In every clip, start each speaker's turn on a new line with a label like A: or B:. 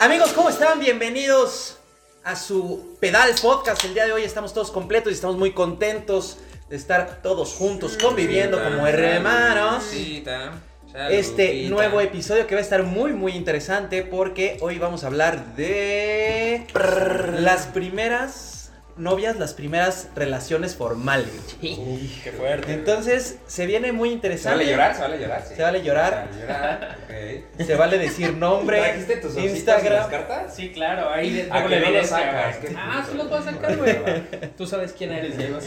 A: Amigos, ¿cómo están? Bienvenidos a su Pedal Podcast. El día de hoy estamos todos completos y estamos muy contentos de estar todos juntos conviviendo como hermanos. Este nuevo episodio que va a estar muy muy interesante porque hoy vamos a hablar de las primeras novias, las primeras relaciones formales.
B: Uy, qué fuerte.
A: Entonces se viene muy
B: ¿Se vale
A: interesante.
B: llorar? ¿Se vale llorar? Sí.
A: Se vale llorar.
B: Se vale llorar, ok.
A: Se vale decir nombre,
B: ¿Trajiste tus Instagram. las
A: Instagram.
B: cartas?
C: Sí, claro, ahí de
B: ¿A que no lo
C: evidencia,
B: sacas?
C: güey.
B: Qué
C: Ah,
B: puto.
C: sí los puedo sacar, güey. Tú sabes quién eres, Diego.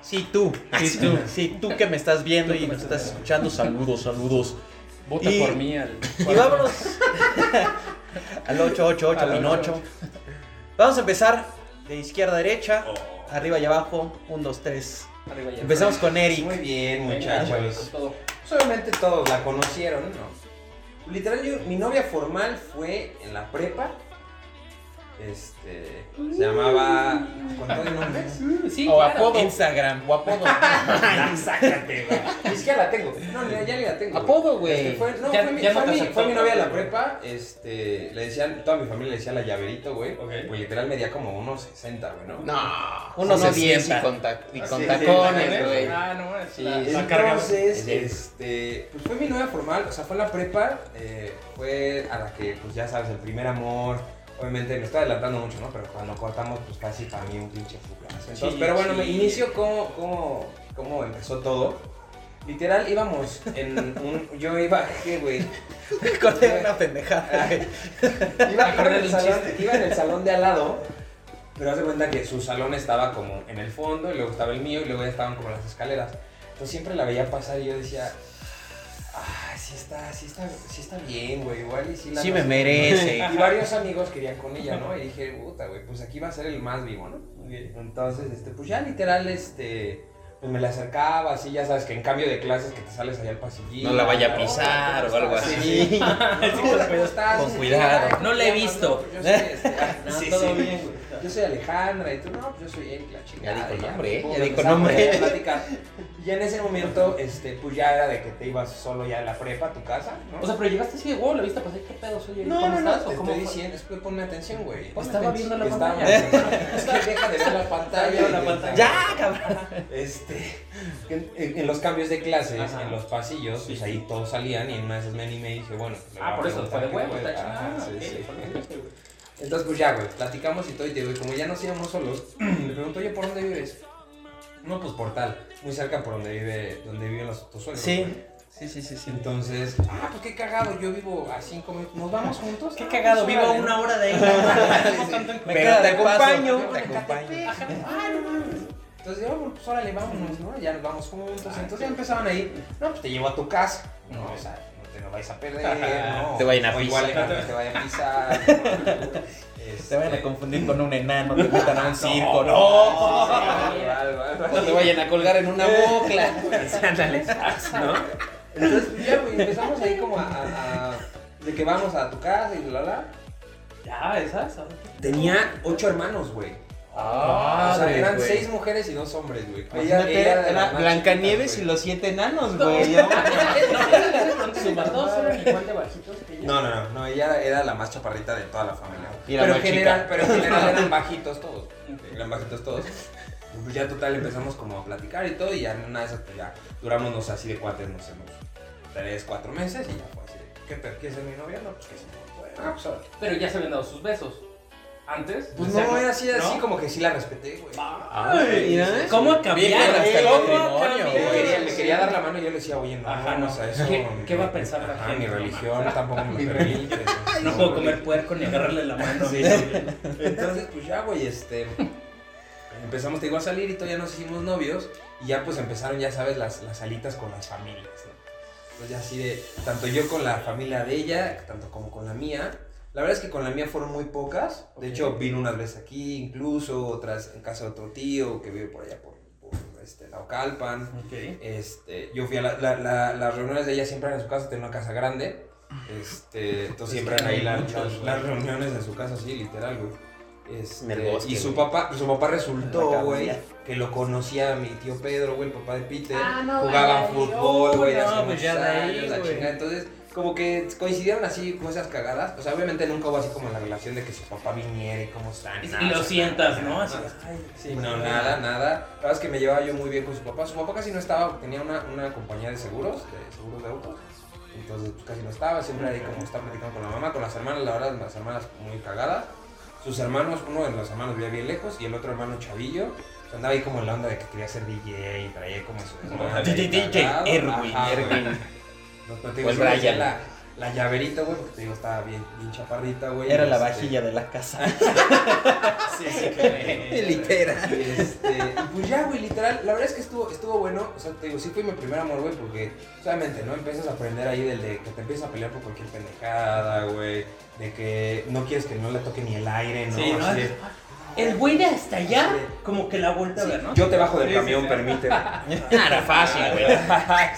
A: Sí tú, sí tú, sí tú que me estás viendo
C: Tú que
A: y
C: me
A: nos
C: estás
A: estás escuchando, saludos, saludos.
C: Vota
A: Y-
C: por mí al.
A: Y vámonos al 888
C: Al
A: Pinocho.
C: 888.
A: Vamos a empezar de izquierda a derecha, arriba y abajo, 1, 2, 3.
C: Arriba ya.
A: Empezamos con
B: Muy
A: Eric.
B: bien,
C: Venga,
B: muchachos.
C: todo.
B: Solamente todos la conocieron, ¿no? Literal, yo- mi novia formal fue en la prepa. Este. Se llamaba. ¿Con todo el nombre?
C: Sí,
A: O
C: claro.
A: apodo. Instagram, o apodo.
B: Ya, Ah, sácate, güey. Ni siquiera la tengo. No, mira, ya ni la tengo.
C: Apodo, güey.
B: Este, fue, no,
C: Ya-
B: fue, mi,
C: ya no
B: fue
C: te
B: mi-
C: aceptó.
B: fue mi novia de la prepa, este, le decían, toda mi familia le decía la llaverito, güey,
C: Ok.
B: pues literal medía como unos 60, güey, ¿no?
D: No,
A: Uno
D: unos
A: se
D: 10 y
A: sienta.
D: con, ta- y con
B: Así,
D: tacones,
B: sí,
D: güey.
C: Ah, no, es
B: Sí,
C: la, la carga.
B: entonces,
D: Sí.
B: este, pues fue mi novia formal, o sea, fue en la prepa, eh, fue a la que, pues ya sabes, el primer amor, obviamente me estoy adelantando mucho, ¿no? Pero cuando cortamos, pues casi para mí un pinche fugaz. Entonces,
C: Sí,
B: pero bueno,
C: sí.
B: me inicio cómo, cómo, cómo empezó todo. Literal, íbamos en un, yo iba, ¿qué, güey?
A: Corté una pendejada. güey.
B: Iba, iba en
C: Acordé
B: el
C: del
B: salón,
C: chiste.
B: iba en el salón de al lado, pero haz de cuenta que su salón estaba como en el fondo, y luego estaba el mío, y luego ya estaban como las escaleras. Entonces siempre la veía pasar y yo decía, ah, sí está, sí está, sí está bien, güey, igual y sí la...
A: Sí me merece.
B: Y varios amigos querían con ella, ¿no? Y dije, puta, güey, pues aquí va a ser el más vivo, ¿no? Entonces, este, pues ya literal, este, pues me la acercaba, así, ya sabes que en cambio de clases que te sales allá al pasillito.
D: No la vaya a pisar o algo así.
A: Sí.
B: Con
A: Con cuidado.
C: No la he visto.
B: Yo soy, este, ah, no,
C: Sí,
B: todo
C: sí.
B: bien, güey. Yo soy Alejandra y tú, no, pues yo soy Eric, la chingada.
D: dijo
B: y
D: nombre,
B: pues,
D: ya dijo
B: empezamos
D: nombre.
B: ahí a platicar. Y en ese momento, este, pues ya era de que te ibas solo ya a la prepa, a tu casa, ¿no?
C: O sea, pero llegaste así de wow, la viste pasar. ¿Qué pedo soy yo?
B: no, no,
C: ¿Cómo estás?
B: no,
C: ¿O
B: te
C: cómo
B: estoy
C: fue?
B: diciendo, es que ponme atención, güey.
C: Pues estaba viendo la
B: Estaba-
C: pantalla.
B: Es que deja de ver la pantalla.
C: viendo la
B: y-
C: pantalla.
A: Ya, cabrón.
B: Este, en, en- en los cambios de clases,
C: Ajá.
B: en los pasillos, pues ahí todos salían y en más me animé y dije, bueno. le voy
C: Ah,
B: a
C: por eso, fue
B: preguntar
C: de
B: qué
C: huevo.
B: puede-
C: Está
B: Ajá,
C: chingada.
B: sí,
C: ok,
B: sí.
C: fue de huevo, güey.
B: Entonces, pues ya, güey, platicamos y todo, y te digo, y como ya nos íbamos solos, me pregunto, oye, ¿por dónde vives? No, pues por tal, muy cerca por donde vive, donde viven los, tus suegros.
A: Sí.
B: güey.
A: Sí, sí, sí, sí.
B: Entonces, ah, pues qué cagado, yo vivo a cinco minutos, ¿nos vamos juntos? "Ah, pues,
A: Qué cagado, vivo a una hora de ahí. Me queda de paso.
B: Yo te acompaño. Ah, no mames. Entonces, yo, bueno, pues órale, vámonos, ¿no? Ya nos vamos juntos. Entonces ya empezaban ahí. No, pues te llevo a tu casa. No, o sea, no te lo vais a perder, ¿no?
D: Te vayan a
B: O igual
D: pisar.
B: no te vayan a pisar. ¿no?
A: Te
B: Este,
A: vayan a confundir con un enano, te metan a un circo, no.
B: No, igual, igual,
D: No
B: igual.
D: te vayan a colgar en una bocla.
B: Entonces, pues, ya, güey, empezamos ahí como a, a- a- De que vamos a tu casa y bla, bla.
C: Ya, esas.
B: Tenía ocho hermanos, güey.
D: Ah,
B: o sea, eran seis mujeres y dos hombres, güey.
A: Pues
D: Imagínate,
B: Ella- ella de
D: era
B: las más
D: Blancanieves y
B: chicas,
D: los siete enanos, güey.
C: Sus bardos eran igual de bajitos que yo.
B: No, no, no, no, ella era la más chaparrita de toda la familia.
D: Y la
B: pero,
D: más
B: en general, pero en general eran bajitos todos. Eran bajitos todos. Y Pues ya total empezamos como a platicar y todo, y ya en una de esas, pues ya duramos, no sé, así de cuates, nos hemos tres, cuatro meses, y ya fue así. de, ¿Qué pedo? ¿Quieres ser mi novia? No, pues que sí. Bueno, Ah, pues ahora.
C: Pero ya se habían dado sus besos. Antes.
B: Pues
C: o sea,
B: no, era así,
C: ¿no? Ah,
B: así como que sí la respeté, güey.
D: Ay, mira.
C: ¿Cómo
A: Bien,
C: cambiar?
A: hasta el
C: ¿Cómo
A: matrimonio,
B: Le
C: cambiar?
A: güey.
B: quería, le quería dar la mano y yo le decía, oye, no,
C: Ajá,
B: no,
C: no.
B: o sea, eso.
C: ¿Qué- qué va a pensar la
B: Ajá, Mi
C: gente,
B: religión tampoco me lo permite.
C: No puedo comer puerco ni agarrarle la mano.
B: Sí, sí. Entonces, pues ya, güey, este. Empezamos, te digo, a salir y todavía nos hicimos novios. Y ya, pues empezaron, ya sabes, las, las alitas con las familias, ¿no? Pues ya así de. Tanto yo con la familia de ella, tanto como con la mía. La verdad es que con la mía fueron muy pocas. De
C: Ok.
B: hecho, vino unas veces aquí, incluso, otras en casa de otro tío que vive por allá, por, por este, Naucalpan.
C: Ok.
B: Este, yo fui a la- la- la- las reuniones de ella siempre eran en su casa, tenía una casa grande. Este, entonces siempre eran ahí las, las- las reuniones en su casa, sí, literal, güey. Este,
D: En el bosque,
B: y su
D: güey.
B: papá, su papá resultó,
D: En la
B: güey,
D: cabaña.
B: que lo conocía mi tío Pedro, güey, el papá de Peter.
C: Ah, no,
B: jugaban
C: ay,
B: fútbol, güey,
C: no,
B: hace
C: pues
B: muchos
C: ya de ahí,
B: años, la
C: güey.
B: chingada. Entonces, como que coincidieron así cosas cagadas. O sea, obviamente nunca hubo así como la relación de que su papá viniera y cómo están. Ah,
C: Y
B: nada,
C: lo
B: o sea,
C: sientas,
B: nada,
C: ¿no?
B: nada.
C: Así,
B: Sí, no, nada, nada. La verdad es que me llevaba yo muy bien con su papá. Su papá casi no estaba, tenía una, una compañía de seguros, de seguros de autos. Entonces pues, casi no estaba, siempre ahí como estaba platicando con la mamá, con las hermanas, la verdad, las hermanas muy cagadas. Sus hermanos, uno de los hermanos vivía bien lejos y el otro hermano chavillo. o sea, andaba ahí como en la onda de que quería ser DJ y traía como su... desmadre ahí
A: DJ
B: cagado.
A: Erwin,
B: Ajá, güey.
A: Erwin.
B: No, pero te digo,
D: O el
B: sí me hacía
D: Brian.
B: La, la llaverita, güey, porque te digo, estaba bien, bien chaparrita, güey.
D: Era
B: y
D: la
B: este,
D: vajilla de la casa.
B: Sí, sí, que-
D: Literal.
B: Y, este, y pues ya, güey, literal, la verdad es que estuvo, estuvo bueno. O sea, te digo, sí fue mi primer amor, güey, porque solamente, ¿no? Empiezas a aprender ahí del de que te empiezas a pelear por cualquier pendejada, güey. De que no quieres que no le toque ni el aire, ¿no?
C: Sí, ¿no?
B: Así de,
C: El güey de hasta allá, como que la vuelta a ver, ¿no?
B: Yo te bajo del
C: Sí, sí,
B: camión,
C: sí.
B: permíteme.
D: Era fácil, güey.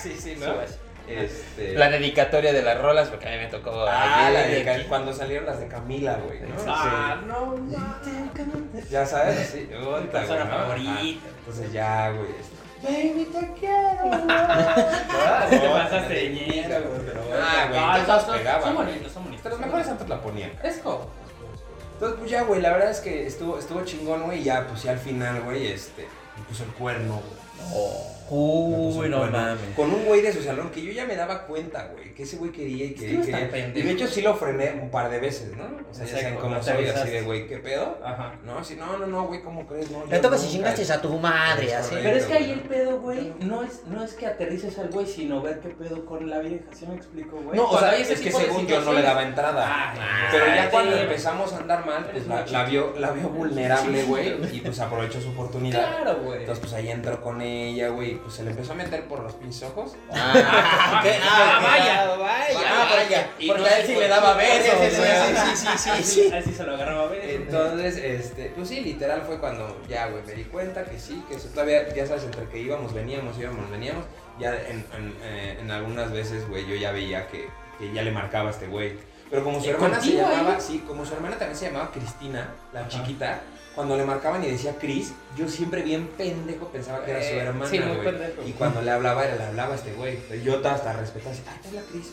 B: sí, sí,
D: Sí,
B: ¿no? Este.
D: La dedicatoria de las rolas, porque a mí me tocó.
B: Ah,
D: aquí,
B: la de
D: aquí.
B: Ca- cuando salieron las de Camila, güey, ¿no?
C: Ah, no, no.
B: Sí. Ya sabes, así. Puta,
C: Persona
B: güey, ¿no?
C: favorita.
B: Ah, Entonces ya, güey. este,
C: Baby, te quiero.
B: Ah,
C: Te
B: no,
C: pasas
B: te
C: de
B: niña,
C: ñero,
B: güey,
C: güey.
B: pero
C: Ah,
B: bueno,
C: no,
B: güey,
C: son-
B: todos
C: son-
B: pegaban,
C: Son
B: güey.
C: bonitos, son bonitos.
B: Entre los mejores santos la ponían.
C: Fresco.
B: Entonces, pues ya, güey, la verdad es que estuvo, estuvo chingón, güey, y ya, pues ya al final, güey, este, me puso el cuerno, güey. Me puso
A: Uy,
B: el
A: no pues,
B: cuerno.
A: mames.
B: Con un güey de su salón que yo ya me daba cuenta, güey, que ese güey quería y
C: Es
B: que
C: que no es tan
B: quería. Y
C: pendejo.
B: de hecho sí lo frené un par de veces, ¿no? O sea, ya
C: Exacto,
B: saben cómo
C: no te
B: soy, así
C: avisaste.
B: de, güey, ¿qué pedo?
C: Ajá.
B: No, así, no, no, no, güey, ¿cómo crees? No,
D: Le
B: yo
D: tocas y
B: nunca.
D: chingaste a tu madre,
B: Es
D: así.
B: correcto.
C: Pero es que ahí el pedo, güey, no es, no es que aterrices al güey, sino ver qué pedo con la vieja. ¿Sí me explico, güey?
B: No, o
C: Cuando
B: sea,
C: hay ese
B: es que
C: tipo de
B: según yo no le daba entrada.
C: Ah,
B: pero ya
C: sí,
B: cuando
C: güey.
B: empezamos a andar mal, pues la, la vio, la vio vulnerable, güey, y pues aprovechó su oportunidad.
C: Claro, güey.
B: Entonces, pues ahí entró con ella, güey, y pues se le empezó a meter por los pinches ojos.
D: Ah, ¿qué?
C: Ah,
D: vaya, vaya,
B: Vaya,
D: vaya.
B: y
D: Ah, Porque
B: no
D: a él
B: se
D: sí
B: fue.
D: le daba besos.
B: Sí, sí, sí,
D: güey.
B: ah, sí,
C: Así-
D: sí.
C: Así se lo agarraba a ver.
B: Entonces, este, pues sí, literal fue cuando ya, güey, me di cuenta que sí, que eso todavía, ya sabes, entre que íbamos, veníamos, íbamos, veníamos, ya en, en, eh, en algunas veces, güey, yo ya veía que, que ya le marcaba a este güey. Pero como su
C: ¿Eh,
B: hermana se
C: contigo ahí?
B: llamaba, sí, como su hermana también se llamaba Cristina, la chiquita, cuando le marcaban y decía Cris, yo siempre bien pendejo pensaba que era su
C: Eh,
B: hermana,
C: sí, muy
B: güey.
C: pendejo.
B: y cuando le hablaba, era- le hablaba a este güey. Yo hasta respetaba, así, ay, es la Cris.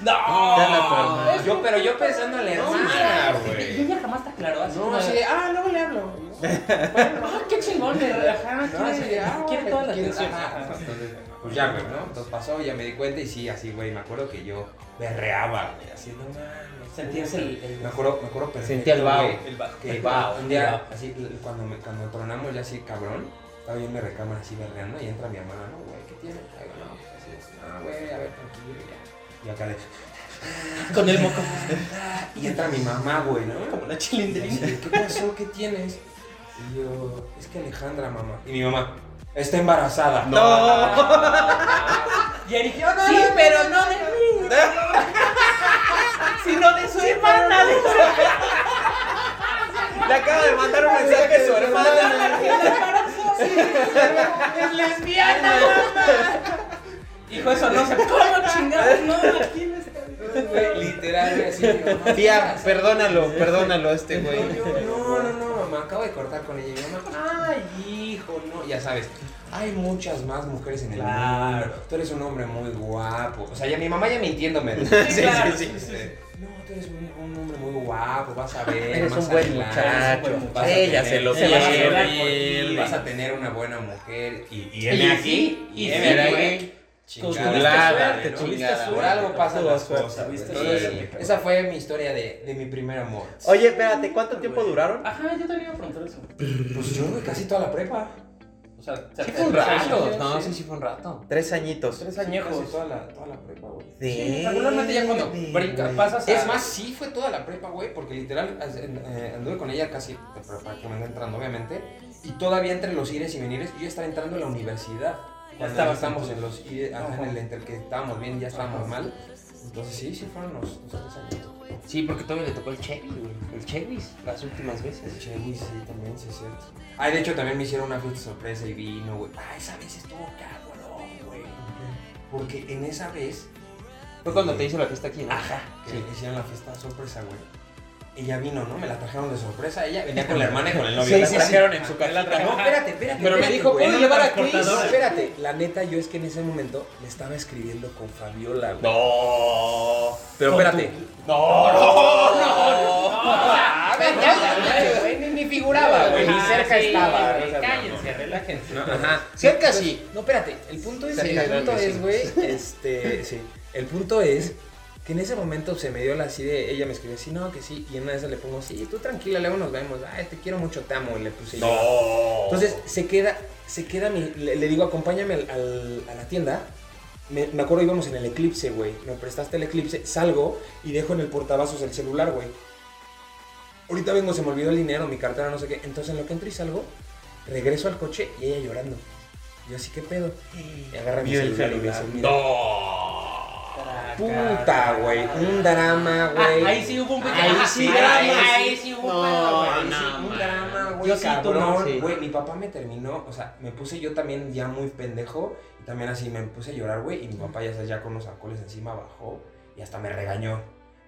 C: No.
D: Ah.
B: Yo, pero yo pensando en la hermana,
C: Y
B: ah, güey.
C: ella jamás te aclaró así.
B: No,
C: como
B: así
C: de,
B: de, ah, luego le hablo.
C: Ah, qué chingón, me relajaron.
B: No, así de, ah,
C: Quiere
B: güey,
C: toda la
B: ¿quién-
C: atención.
B: ajá. Entonces, Pues ya, güey, ¿no? Entonces pasó, ya me di cuenta y sí, así, güey, me acuerdo que yo berreaba, güey, así, no mames.
C: Sentías el- el-
B: Me acuerdo, me acuerdo perfecto,
D: Sentía el vaho.
B: güey,
C: El va-
B: que
D: el vaho,
B: Un
D: el
B: día,
D: vaho.
B: así, cuando, me, cuando tronamos ya así, cabrón, estaba yo en mi recámara así berreando y entra mi hermana, no, güey, ¿qué tiene? Ay, no, así es, no, güey, a ver, tranquilo, ya. Y acá de,
D: Con el moco.
B: y entra mi mamá, güey, ¿no?
D: Como la
B: Y así
D: chilindrina.
B: de, ¿Qué pasó? ¿Qué tienes? Y yo, es que Alejandra, mamá. Y mi mamá, está embarazada.
C: Y él dijo, sí, pero no de mí. Sino de su hermana. De su
A: Le acaba de mandar un mensaje a su hermana.
C: hermana que la embarazó. Sí, Es lesbiana, mamá. Hijo, eso no se... ¿Cómo chingados? No, aquí no está.
B: Güey, Literal, güey, así. mi mamá,
D: Tía,
B: "¿Qué
D: perdónalo, perdónalo a este
B: haces?"
D: güey.
B: No, yo, No, no, no, mamá, acabo de cortar con ella. Y mi mamá, ay, hijo, no. Ya sabes, hay muchas más mujeres en el
C: Claro.
B: mundo. Tú eres un hombre muy guapo. O sea, ya mi mamá ya mintiéndome.
C: Sí, claro, sí, sí, sí.
B: Este, No, tú eres un, un hombre muy guapo, vas a ver.
D: Eres
B: más
D: un buen
B: adelante,
D: muchacho,
B: vas a vas a
D: ella
B: tener-
D: se lo
B: se va a
C: quiere,
B: llevar
C: él.
B: por ti, Vas a tener una buena mujer. Y, y heme
C: Y
B: aquí,
C: sí,
B: y
C: y
B: heme
C: sí,
B: aquí.
C: güey.
B: Chingada
D: Tuviste
B: madre,
D: suerte,
B: ¿no?
D: chingada
B: Por
D: madre.
B: algo pasan las
D: Tuviste
B: cosas. güey.
C: suerte.
B: Entonces,
D: Sí.
B: esa fue mi historia de, de mi primer amor.
A: Oye, espérate, ¿cuánto tiempo duraron?
C: Ajá, yo también iba a preguntar eso.
B: Pues yo, güey, casi toda la prepa.
C: O sea,
D: Sí fue un rato. No, sí, sí fue un rato.
A: Tres añitos.
C: Tres
B: Casi
C: añejos.
B: toda la, toda la prepa, güey.
D: Sí.
C: Regularmente ya cuando brinca, pasas a...
B: Es más, sí fue toda la prepa, güey, porque literal as- en- eh, anduve con ella casi de prepa, que me anda entrando, obviamente. Y todavía entre los ires y venires, yo ya estaba entrando a la universidad. Cuando
C: estabas en
B: estábamos
C: tu-
B: en los ires, ajá, en el entre el que estábamos bien, ya estábamos
C: Ajá.
B: mal. Entonces, sí, sí fueron los, los tres años.
D: Sí, porque todavía le tocó el Chevy, güey. El Chevy, las últimas veces.
B: Chevy, sí, también, sí es cierto. Ay, de hecho, también me hicieron una fiesta sorpresa y vino, güey. Ah, esa vez estuvo cabrón, güey. Porque en esa vez...
D: Fue cuando te hizo la fiesta aquí, ¿no?
B: Ajá, que
D: Sí.
B: me hicieron la fiesta sorpresa, güey. Ella vino, ¿no? Me la trajeron de sorpresa. Ella venía con la hermana y con el novio.
D: Sí,
B: La
D: sí,
B: trajeron.
D: trajeron en su cajita.
B: No, espérate, espérate.
D: Pero me
B: espérate,
D: dijo,
B: güey.
D: ¿puedo llevar a
B: No,
D: Chris?
B: espérate. La neta, yo es que en ese momento me estaba escribiendo con Fabiola, güey.
D: No.
B: Pero espérate.
D: Vete a la madre, güey, ni- Ni figuraba, güey. Ni
C: Ah,
D: cerca
C: sí,
D: estaba.
C: güey,
D: no seas
C: Cállense, relájense.
B: No, ajá.
D: Cerca sí. No, espérate. El punto
B: Entonces,
D: es.
B: el punto es,
D: güey.
B: güey, este, sí. El punto es que en ese momento se me dio la así de, ella me escribió así, no, que sí, y en una de esas le pongo, sí, tú tranquila, luego nos vemos, ay, te quiero mucho, te amo, y le puse yo. Entonces, se queda, se queda mi, le, le digo, acompáñame al- al- a la tienda, me, me acuerdo íbamos en el Eclipse, güey, me prestaste el Eclipse, salgo y dejo en el portavasos el celular, güey. Ahorita vengo, se me olvidó el dinero, mi cartera, no sé qué, entonces en lo que entro y salgo, regreso al coche y ella llorando. Yo así, ¿qué pedo? Y agarra mi
A: Vio el
B: celular y me
A: celular.
B: dice, mira, Puta, güey. Un drama, güey.
C: Ah, ahí sí hubo un pequeño.
D: Ahí
C: ah,
D: sí,
C: ahí,
D: drama,
C: ahí sí hubo un pedo, güey.
B: Ahí sí,
C: No,
B: un
C: man.
B: drama, güey.
C: Yo sí, tú
B: cabrón,
C: no, sí.
B: Güey, mi papá me terminó, o sea, me puse yo también ya muy pendejo. Y también así me puse a llorar, güey. Y mi papá, ya sabes, ya con los alcoholes encima bajó. Y hasta me regañó.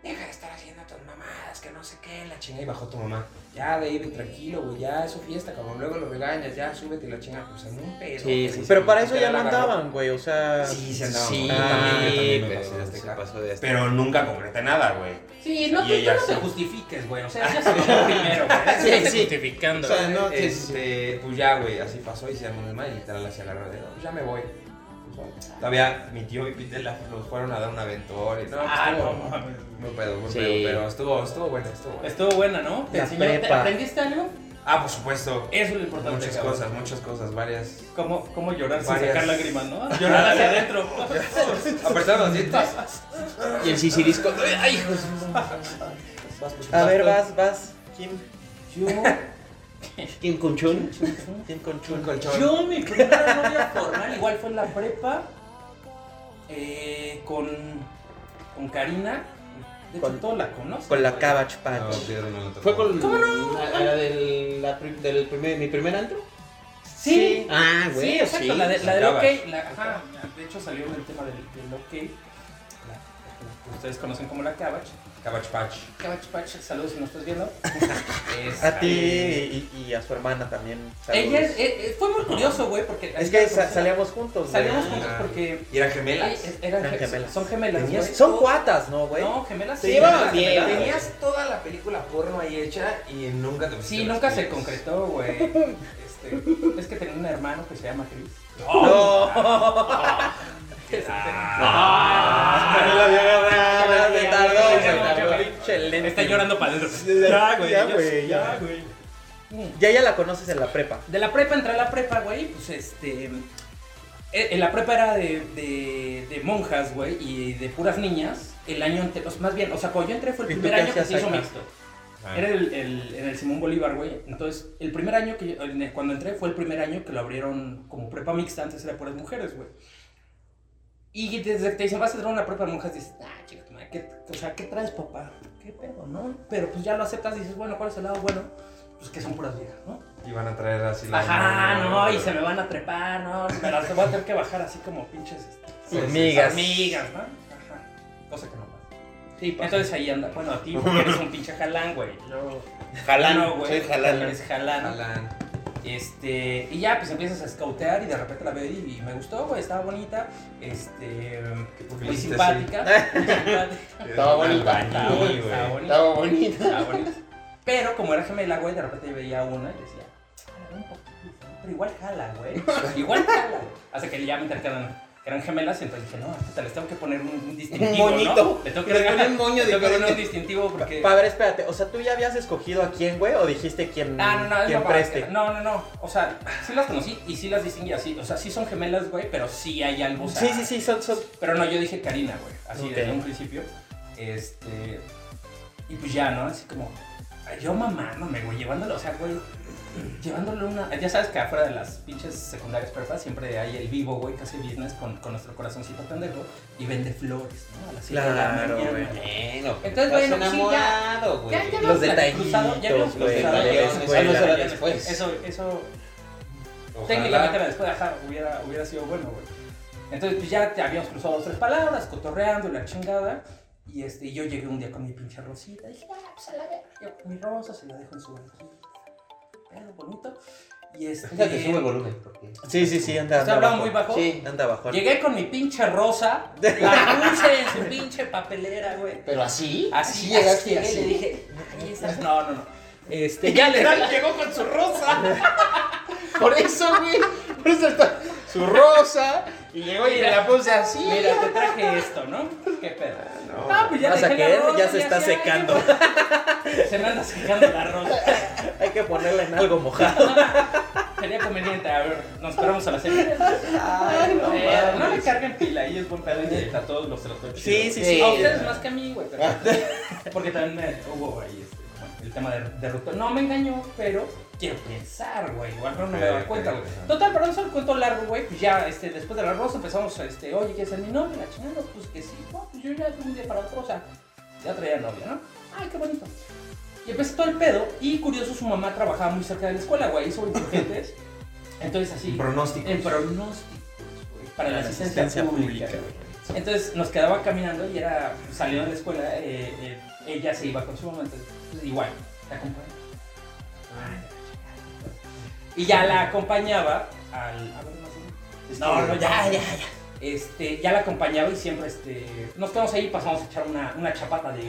B: Deja de estar haciendo tus mamadas, que no sé qué, la chinga. Y bajó tu mamá. Ya, David, tranquilo, güey. Ya, es su fiesta, cabrón. Luego lo regañas, ya, súbete y la chinga. Pues en un pedo.
D: Sí, sí,
B: güey,
A: Pero para eso ya
B: literal
A: no
B: agarró-
A: andaban, güey, o sea...
B: Sí, se andaban.
D: Sí,
B: Yo también, yo también me
D: pero
B: pasé de este
D: se
B: cabrón.
D: pasó de este.
B: Pero nunca concreté nada, güey.
C: Sí, no,
B: Y
C: tú, tú
B: ella
C: no Ah, te
B: sí.
C: justifiques, güey. O sea, ya se lo primero, güey.
A: Sí,
C: Eso no te
A: sí.
C: justificando.
A: O sea, no,
D: Eh,
A: sí, sí, sí.
B: Este, pues ya, güey, así pasó y se armó el mal y literal así agarró de, "No, ya me voy. Pues, bueno. Todavía mi tío y Peter la- los fueron a dar un aventón y no, pues,
C: Ah, no
B: estuvo-
C: mames.
B: muy pedo, muy
D: Sí.
B: pedo, pero estuvo, estuvo bueno, estuvo bueno.
C: Estuvo buena, ¿no? ¿Te
A: La
C: enseñó? ¿Te
A: prepa.
C: aprendiste algo?
B: Ah, por supuesto.
C: este Eso es lo importante.
B: Muchas
C: cabrón.
B: cosas, muchas cosas, varias.
C: ¿Cómo, cómo llorar sin
B: Varias.
C: sacar lágrimas, no? Llorar hacia adentro.
B: Apretado los dientes.
D: Y el sisirisco. eh, ¡Ay, hijos!
A: A ver, vas, vas. ¿Quién?
B: Yo,
D: ¿Quién con chun?
A: ¿Quién con
B: un
A: chun?
B: colchón.
C: Yo, mi primera novia formal, igual fue en la prepa, eh, con, con Karina. De hecho,
A: Con-
C: todos la conocen.
A: Con la
C: güey.
A: cava
B: Ah, No,
A: chpach.
B: Pedro no lo tocó.
D: ¿Fue con ¿Cómo no? la, la del, la pri- del primer, mi primer antro?
C: Sí,
D: Ah,
C: sí, exacto, la, de, la del
B: Acabas.
C: OK. la- ajá, de hecho, salió en el tema del, del OK. la- la que ustedes conocen como la Cabach.
B: Cabachpach.
C: Cabach Pach, saludos si nos estás viendo.
A: A ti y, y a su hermana también. saludos.
C: Ella es- eh, eh, fue muy curioso, güey, porque.
A: Es que sa- salíamos juntos, güey.
C: Salíamos juntos porque.
B: Ah, Y eran gemelas.
C: eh, eran
A: Eran
C: ge-
A: gemelas.
C: Son gemelas,
A: Tenías-
C: güey.
A: Son cuatas, ¿no, güey?
C: No, gemelas.
A: Se
C: sí,
A: llevaban
C: gemelas,
D: bien,
C: gemelas.
D: güey.
B: Tenías toda la película porno ahí hecha y nunca te pusiste
C: Sí,
B: los
C: nunca se
B: pies.
C: concretó, güey. Este, es que tenía un hermano que se llama Chris. Ah.
B: Ah,
A: No lo había agarrado,
C: Ya,
A: se
C: ya,
A: tardó,
C: ya,
A: se
C: ya,
A: tardó.
C: ya,
A: Pinche lente.
C: Está llorando para adentro. Ah,
A: Ya, güey, ya, ya.
C: güey. Mm.
A: Ya, ya la conoces en la prepa.
C: De la prepa entré a la prepa, güey, pues este. eh, En la prepa era de, de, de monjas, güey, y de puras niñas. El año anterior, más bien, o sea, cuando yo entré fue el
A: ¿Y tú
C: primer
A: qué
C: año que
A: hacías Ah. acá?
C: se hizo mixto.
B: Ah.
C: Era el, el- en el Simón Bolívar, güey. Entonces, el primer año que yo- en el- cuando entré fue el primer año que lo abrieron como prepa mixta, antes era puras mujeres, güey. Y desde que te dicen, vas a entrar a una prepa de monjas, dices, ah, chica, tu madre, ¿qué, o sea, ¿qué traes, papá? ¿Qué pedo, no? Pero pues ya lo aceptas y dices, bueno, ¿cuál es el lado bueno? Pues que son puras viejas, ¿no?
B: Iban a traer así la
C: Ajá,
B: mano,
C: no, y
B: pero-
C: se me van a trepar, no, me las voy a tener que bajar así como pinches este,
A: Hormigas.
C: hormigas, ¿no? Ajá, cosa que no pasa. Entonces ahí anda, bueno, a ti porque eres un pinche jalán, güey. Yo,
D: Jalán,
C: no, güey,
D: soy jalán.
C: Eres jalán.
B: Alan.
C: Este, y ya pues empiezas a scoutear y de repente la veo y, y me gustó, güey, estaba bonita, este,
B: por qué le
C: muy
B: hiciste
C: simpática. muy simpática.
D: Estaba bonita.
B: Estaba bonita.
C: Estaba bonita.
D: Estaba bonita.
C: Ah, bueno. Pero como era gemela, güey, de repente veía una y decía, "Ah, un poquito, pero igual jala, güey. Igual jala. Hasta que ya me intercalan que eran gemelas y entonces dije, no, hasta les tengo que poner un, un distintivo,
D: Un moñito.
C: ¿no? Le tengo que
D: Les
C: regalar-
D: ponía un moño
C: le tengo que poner un
D: diferente.
C: distintivo porque...
A: Pa- a ver, espérate, o sea, ¿tú ya habías escogido a quién, güey? ¿O dijiste quién,
C: Ah, no, no, es
A: quién
C: no,
A: preste?
C: No, no, no. O sea, sí las conocí y sí las distinguí así. O sea, sí son gemelas, güey, pero sí hay algo. o sea,
A: sí, sí, sí, son, son...
C: Pero no, yo dije Karina, güey, así
A: Ok.
C: desde un principio. Este. Y pues ya, ¿no? Así como. ay, Yo mamándome, güey, llevándolo, o sea, güey. Llevándolo una. Ya sabes que afuera de las pinches secundarias prepas siempre hay el vivo, güey, que hace business con, con nuestro corazoncito pendejo y vende flores, ¿no? A las siete de la
A: Claro,
C: mañana.
A: güey.
D: Bueno, pero
C: Entonces,
D: estás
C: bueno, sí, ya.
D: enamorado, güey.
C: Ya, ya
A: Los
C: habíamos cruzado, ya habíamos
A: detallitos, güey,
C: cruzado.
A: la de la
C: Eso-
A: escuela.
D: era después.
C: Eso, eso,
B: Ojalá.
C: Técnicamente la después, ajá, hubiera, hubiera sido bueno, güey. Entonces, pues ya te habíamos cruzado dos, tres palabras, cotorreando, la chingada. Y este, yo llegué un día con mi pinche rosita. Dije, ah, pues a la verga. Yo, mi rosa se la dejo en su banquita. Pero bonito. Y este.
D: Deja que suba el volumen. Porque...
A: Sí, sí, sí, anda,
C: ¿Usted
A: anda
C: hablaba
A: bajo.
C: muy bajo?
D: Sí,
A: Anda bajo.
C: Llegué con mi pinche rosa, la puse en su pinche papelera, güey.
D: pero así.
C: Así, así, así.
D: llegaste así.
C: Le dije, "Ahí estás". No, no, no. Este, ya le
D: llegó con su rosa. Por eso, güey. Por eso está su rosa. Y llegó y le la puse así.
C: Mira, te traje esto, ¿no? Qué pedo. No, pues
A: ¿Vas a
C: dejé la
A: querer?
C: rosa,
A: Ya se está
C: dije, "Ay,
A: secando.
C: Se me anda secando la rosa.
A: Hay que ponerla en algo mojado.
C: Sería conveniente, a ver, nos esperamos a la serie. no, no le carguen pila, ahí es buen pedo y a todos los se los fue chido.
A: Sí, sí,
D: Sí.
A: sí.
C: A ustedes más que a mí, güey. pero- Porque también me hubo ahí este, como el tema de, de Ruto. No me engañó, pero quiero pensar, güey. Igual no me daba cuenta, güey. Total, para no hacer el cuento largo, güey, pues ya este, después del arroz empezamos, este, oye, ¿quieres ser mi novia? La chingada, pues que sí. No, pues yo ya de un día para otro, o sea, ya traía novia, ¿no? Ay, qué bonito. Y empezó todo el pedo. Y curioso, su mamá trabajaba muy cerca de la escuela, güey. Hizo insurgentes. Entonces, así.
B: Pronóstico.
C: En pronósticos, güey, para la,
A: Para la
C: asistencia,
A: asistencia
C: pública.
A: pública,
C: güey. Entonces nos quedaba caminando y era, salió de la escuela, eh, eh, ella se iba con su mamá, entonces pues, igual, la acompañaba. Y ya la acompañaba al... a ver, más o menos. No, no, ya, ya, ya. Este, ya la acompañaba y siempre este, nos quedamos ahí y pasamos a echar una, una chapata de...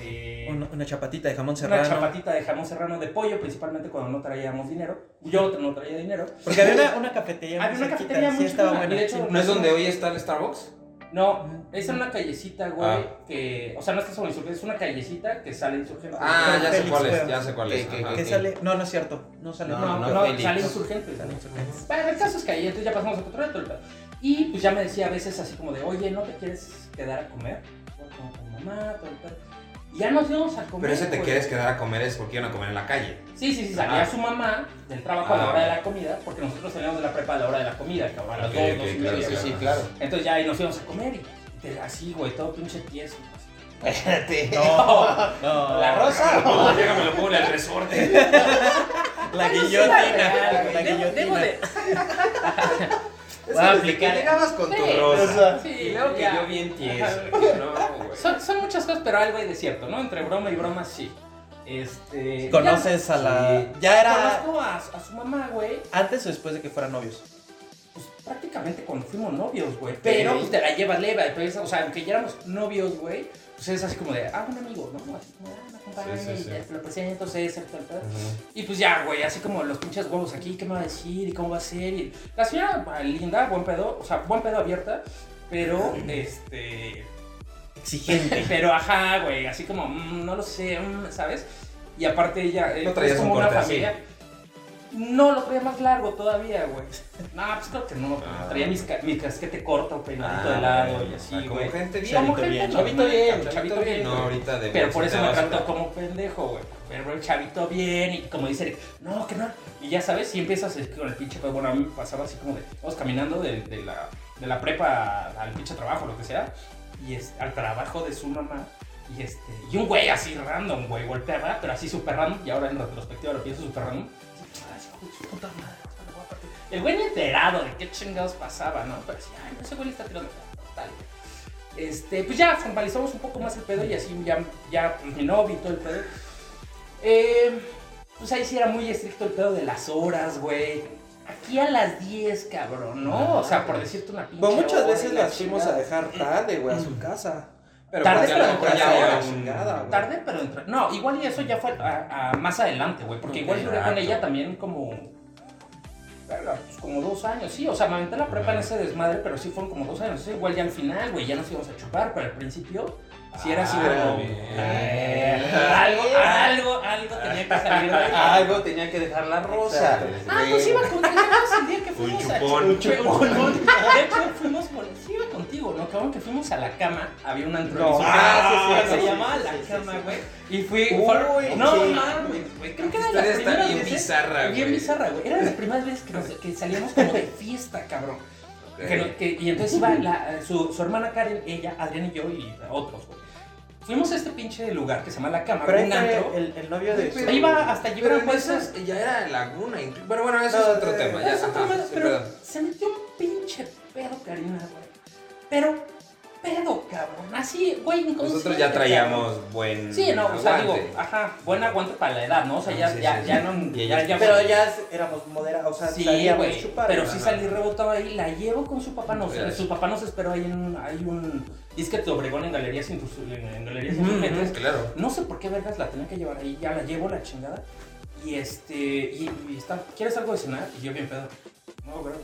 C: de-
A: Una, una chapatita de jamón
C: una
A: serrano.
C: chapatita de jamón serrano de pollo, principalmente cuando no traíamos dinero. Yo no traía dinero.
A: Porque había una, una cafetería.
C: Había
A: muy
C: una
A: cerquita,
C: cafetería
A: sí
C: muy
A: estaba
C: chingona, y
A: buena,
C: de hecho,
A: sí.
B: ¿No es donde hoy está el Starbucks?
C: No, es en una callecita, güey,
B: Ah.
C: que... O sea, no está sobre insurgentes, es una callecita que sale insurgentes.
B: Ah, ya sé
A: Félix
B: cuál es,
A: Cuevas.
B: ya sé cuál es.
D: Que- que-
B: ajá.
A: ¿Qué sale? No, no es cierto. No sale.
B: No,
C: No,
B: no,
C: no,
B: no,
C: no,
B: Félix.
C: sale insurgentes, sale insurgentes. Bueno, el caso es que ahí, entonces ya pasamos a controlar todo el pedo. Y pues ya me decía a veces así como de, oye, ¿no te quieres quedar a comer? Bueno, Como con mamá, todo el pedo. Y ya nos íbamos a comer,
B: Pero ese te
C: güey.
B: quieres quedar a comer es porque iban a comer en la calle.
C: Sí, sí, sí, salía
B: Ah.
C: su mamá del trabajo a la
B: Ah.
C: hora de la comida, porque nosotros salíamos de la prepa a la hora de la comida, cabrón, a las
B: Ok,
C: dos,
B: ok,
C: dos y
B: claro,
C: media,
B: sí,
C: güey.
B: sí.
D: claro.
C: Entonces ya ahí nos íbamos a comer y te- así, güey, todo pinche tieso. así.
D: Espérate.
A: No.
C: La rosa.
B: No, déjame lo pongo en el resorte.
A: La
C: No, sí, la real,
A: guillotina. La
C: güey. Debo- debo
A: guillotina.
C: de-
D: Voy a aplicar.
B: Llegabas con tu
C: Sí,
B: rosa.
C: sí,
B: y luego que
C: ya.
B: yo bien tieso. No, güey.
C: Son, son muchas cosas, pero algo hay de cierto, ¿no? Entre broma y broma, sí. Este.
A: Conoces a
B: Sí.
A: la. Ya
C: ya-
A: era
C: Conozco a, a su mamá, güey.
A: antes o después de que fueran novios.
C: Pues prácticamente cuando fuimos novios, güey. Pero pues, te la llevas leva. Entonces, o sea, aunque ya éramos novios, güey, pues es así como de, ah, un amigo, ¿no? Así como, ah, me acompaña
B: Sí, sí,
C: y
B: sí.
C: te lo presento, César, tal, tal. Y pues ya, güey, así como los pinches huevos aquí, ¿qué me va a decir? ¿Y cómo va a ser? Y la señora ah, linda, buen pedo, o sea, buen pedo abierta, pero este.
A: Exigente.
C: Pero ajá, güey, así como, mm, no lo sé, mm, ¿sabes? Y aparte ella eh,
B: No traías
C: es como
B: un
C: una
B: corte así.
C: familia. No, lo traía más largo todavía, güey. No, pues creo que no, pues,
B: Ah.
C: traía mis ca- mi casquete corto, peinadito de
B: Ah,
C: lado y
B: ya,
C: así,
B: como
C: güey.
B: gente bien.
C: Como
A: Chavito bien,
C: gente,
B: chavito
C: chavito bien,
B: bien,
C: chavito bien.
B: No, ahorita de
C: Pero por eso me
B: bolsita vas a-
C: trató como pendejo, güey. Pero el chavito bien, y como dice, no, que no. Y ya sabes, si empiezas el- con el pinche, pues bueno, a mí me pasaba así como de, vamos caminando de, de la, de la prepa al pinche trabajo, lo que sea, y es, al trabajo de su mamá. Y, este, y un güey así random, güey, golpeaba, pero así súper random. Y ahora en retrospectiva lo pienso súper random. así, "Ay, hijo de su puta madre, ahorita lo voy a partir". El güey ni enterado de qué chingados pasaba, ¿no? Pero decía, ay, no, ese güey le está tirando. Tal, este, pues ya formalizamos un poco más el pedo y así ya, ya pues, mi novio y todo el pedo. Eh, pues ahí sí era muy estricto el pedo de las horas, güey. Aquí a las 10, cabrón, ¿no? O sea, por decirte una pinche.
A: Pues muchas
C: hora y
A: veces
C: la
A: las fuimos a
C: chingada.
A: dejar tarde, güey, a su casa.
B: Pero
C: Tarde,
B: porque a lo
C: pero
B: mejor
C: con
B: ya
C: la
B: era
C: hora
B: un-
A: chingada, güey.
C: Tarde, pero entra- No, igual y eso ya fue a- a más adelante, güey. Porque igual duré con
B: Exacto.
C: ella también como. verga, pues, como dos años, sí. O sea, me aventé la prepa en ese desmadre, pero sí fueron como dos años. Entonces, igual ya al final, güey, ya nos íbamos a chupar, pero al principio. Sí era así,
B: Ah,
C: como-
B: bien.
C: Eh, algo, algo, algo tenía que salir de ahí.
D: Algo tenía que dejar la rosa.
C: Ah, pues iba contigo el día que
B: ah,
C: fuimos
B: chupón.
C: a... Un chupón. De hecho, fuimos con... Sí iba contigo, ¿no? Cabrón, que fuimos a la cama. Había un antro. en
A: No.
C: su
A: Ah,
C: casa,
A: sí, sí,
C: Se
A: sí,
C: llamaba
A: sí,
C: la
A: sí, sí,
C: cama,
A: sí.
C: güey. Y fui...
A: Uy,
C: fue- no,
A: sí.
C: mames, güey. Creo que era la
B: Historia
C: primera
B: está bien
C: vez... ¿eh?
B: bizarra, güey.
C: Bien bizarra, güey. Era la primera vez que, nos- que salíamos como de fiesta, cabrón. Que no- que- y entonces iba la- su, su hermana Karen, ella, Adrián y yo y otros, güey. Fuimos a este pinche lugar que se llama La Cama,
A: Pero ahí
C: un
A: fue
C: antro.
A: el, el novio de su-
C: Ahí va hasta
B: Pero
C: llevar
B: en
C: puestos
B: esas ya era laguna. inclu- Bueno, bueno, eso
A: No,
B: es otro
A: eh,
B: tema. Ya,
C: Pero, eso
B: ajá,
C: fue mal,
B: sí,
C: pero
B: perdón.
C: se metió un pinche pedo, Karina, güey. Pero pedo, cabrón. Así, güey, inconsciente,
B: Nosotros ya
C: cabrón.
B: traíamos buen
C: Sí, no, o sea, digo,
B: aguante.
C: ajá, buen aguante para la edad, ¿no? O sea, ya,
B: Sí, sí,
C: ya,
B: sí.
C: ya no,
B: Y
C: ya,
B: ella-
C: ya,
A: Pero ya éramos moderados, o sea,
C: Sí,
A: sabíamos
C: güey,
A: chupar.
C: pero
A: ¿no?
C: sí salí rebotado ahí, la llevo con su papá, no sé,
B: Gracias.
C: su papá nos esperó ahí en un, hay un disque de Obregón en Galerías Indus- en, en Galerías
B: Ujú,
C: Insurgentes.
B: Claro.
C: No sé por qué vergas la tenía que llevar ahí, ya la llevo la chingada. Y este, y, y está, ¿quieres algo de cenar? Y yo bien pedo. No, bro.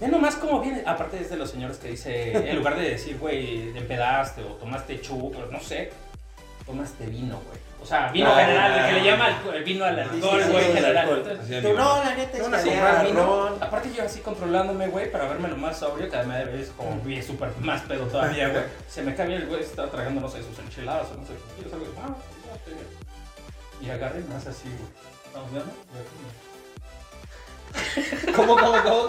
C: Ve nomás cómo viene, aparte es de los señores que dice, en lugar de decir, güey, te empedaste o tomaste chupo, no sé, tomaste vino, güey. O sea, vino
B: Ah,
C: general,
B: ah,
C: que le
B: ah.
C: llama al- el vino al alcohol,
A: sí, sí,
C: güey,
A: sí,
C: general.
A: alcohol.
C: Entonces,
B: Así de
A: Tú,
B: animal.
A: no, la neta es
C: una
A: que
C: sopa
A: había
C: de vino.
A: ron.
C: Aparte yo así controlándome, güey, para verme lo más sobrio, que además es como bien súper más pedo todavía, güey. Se me cabía el güey, estaba tragando, no sé, sus enchiladas o no sé, ¿quieres algo? Ah, no, estoy bien. Y agarré más así, güey. ¿Estamos viendo?
D: ¿Cómo, cómo, cómo?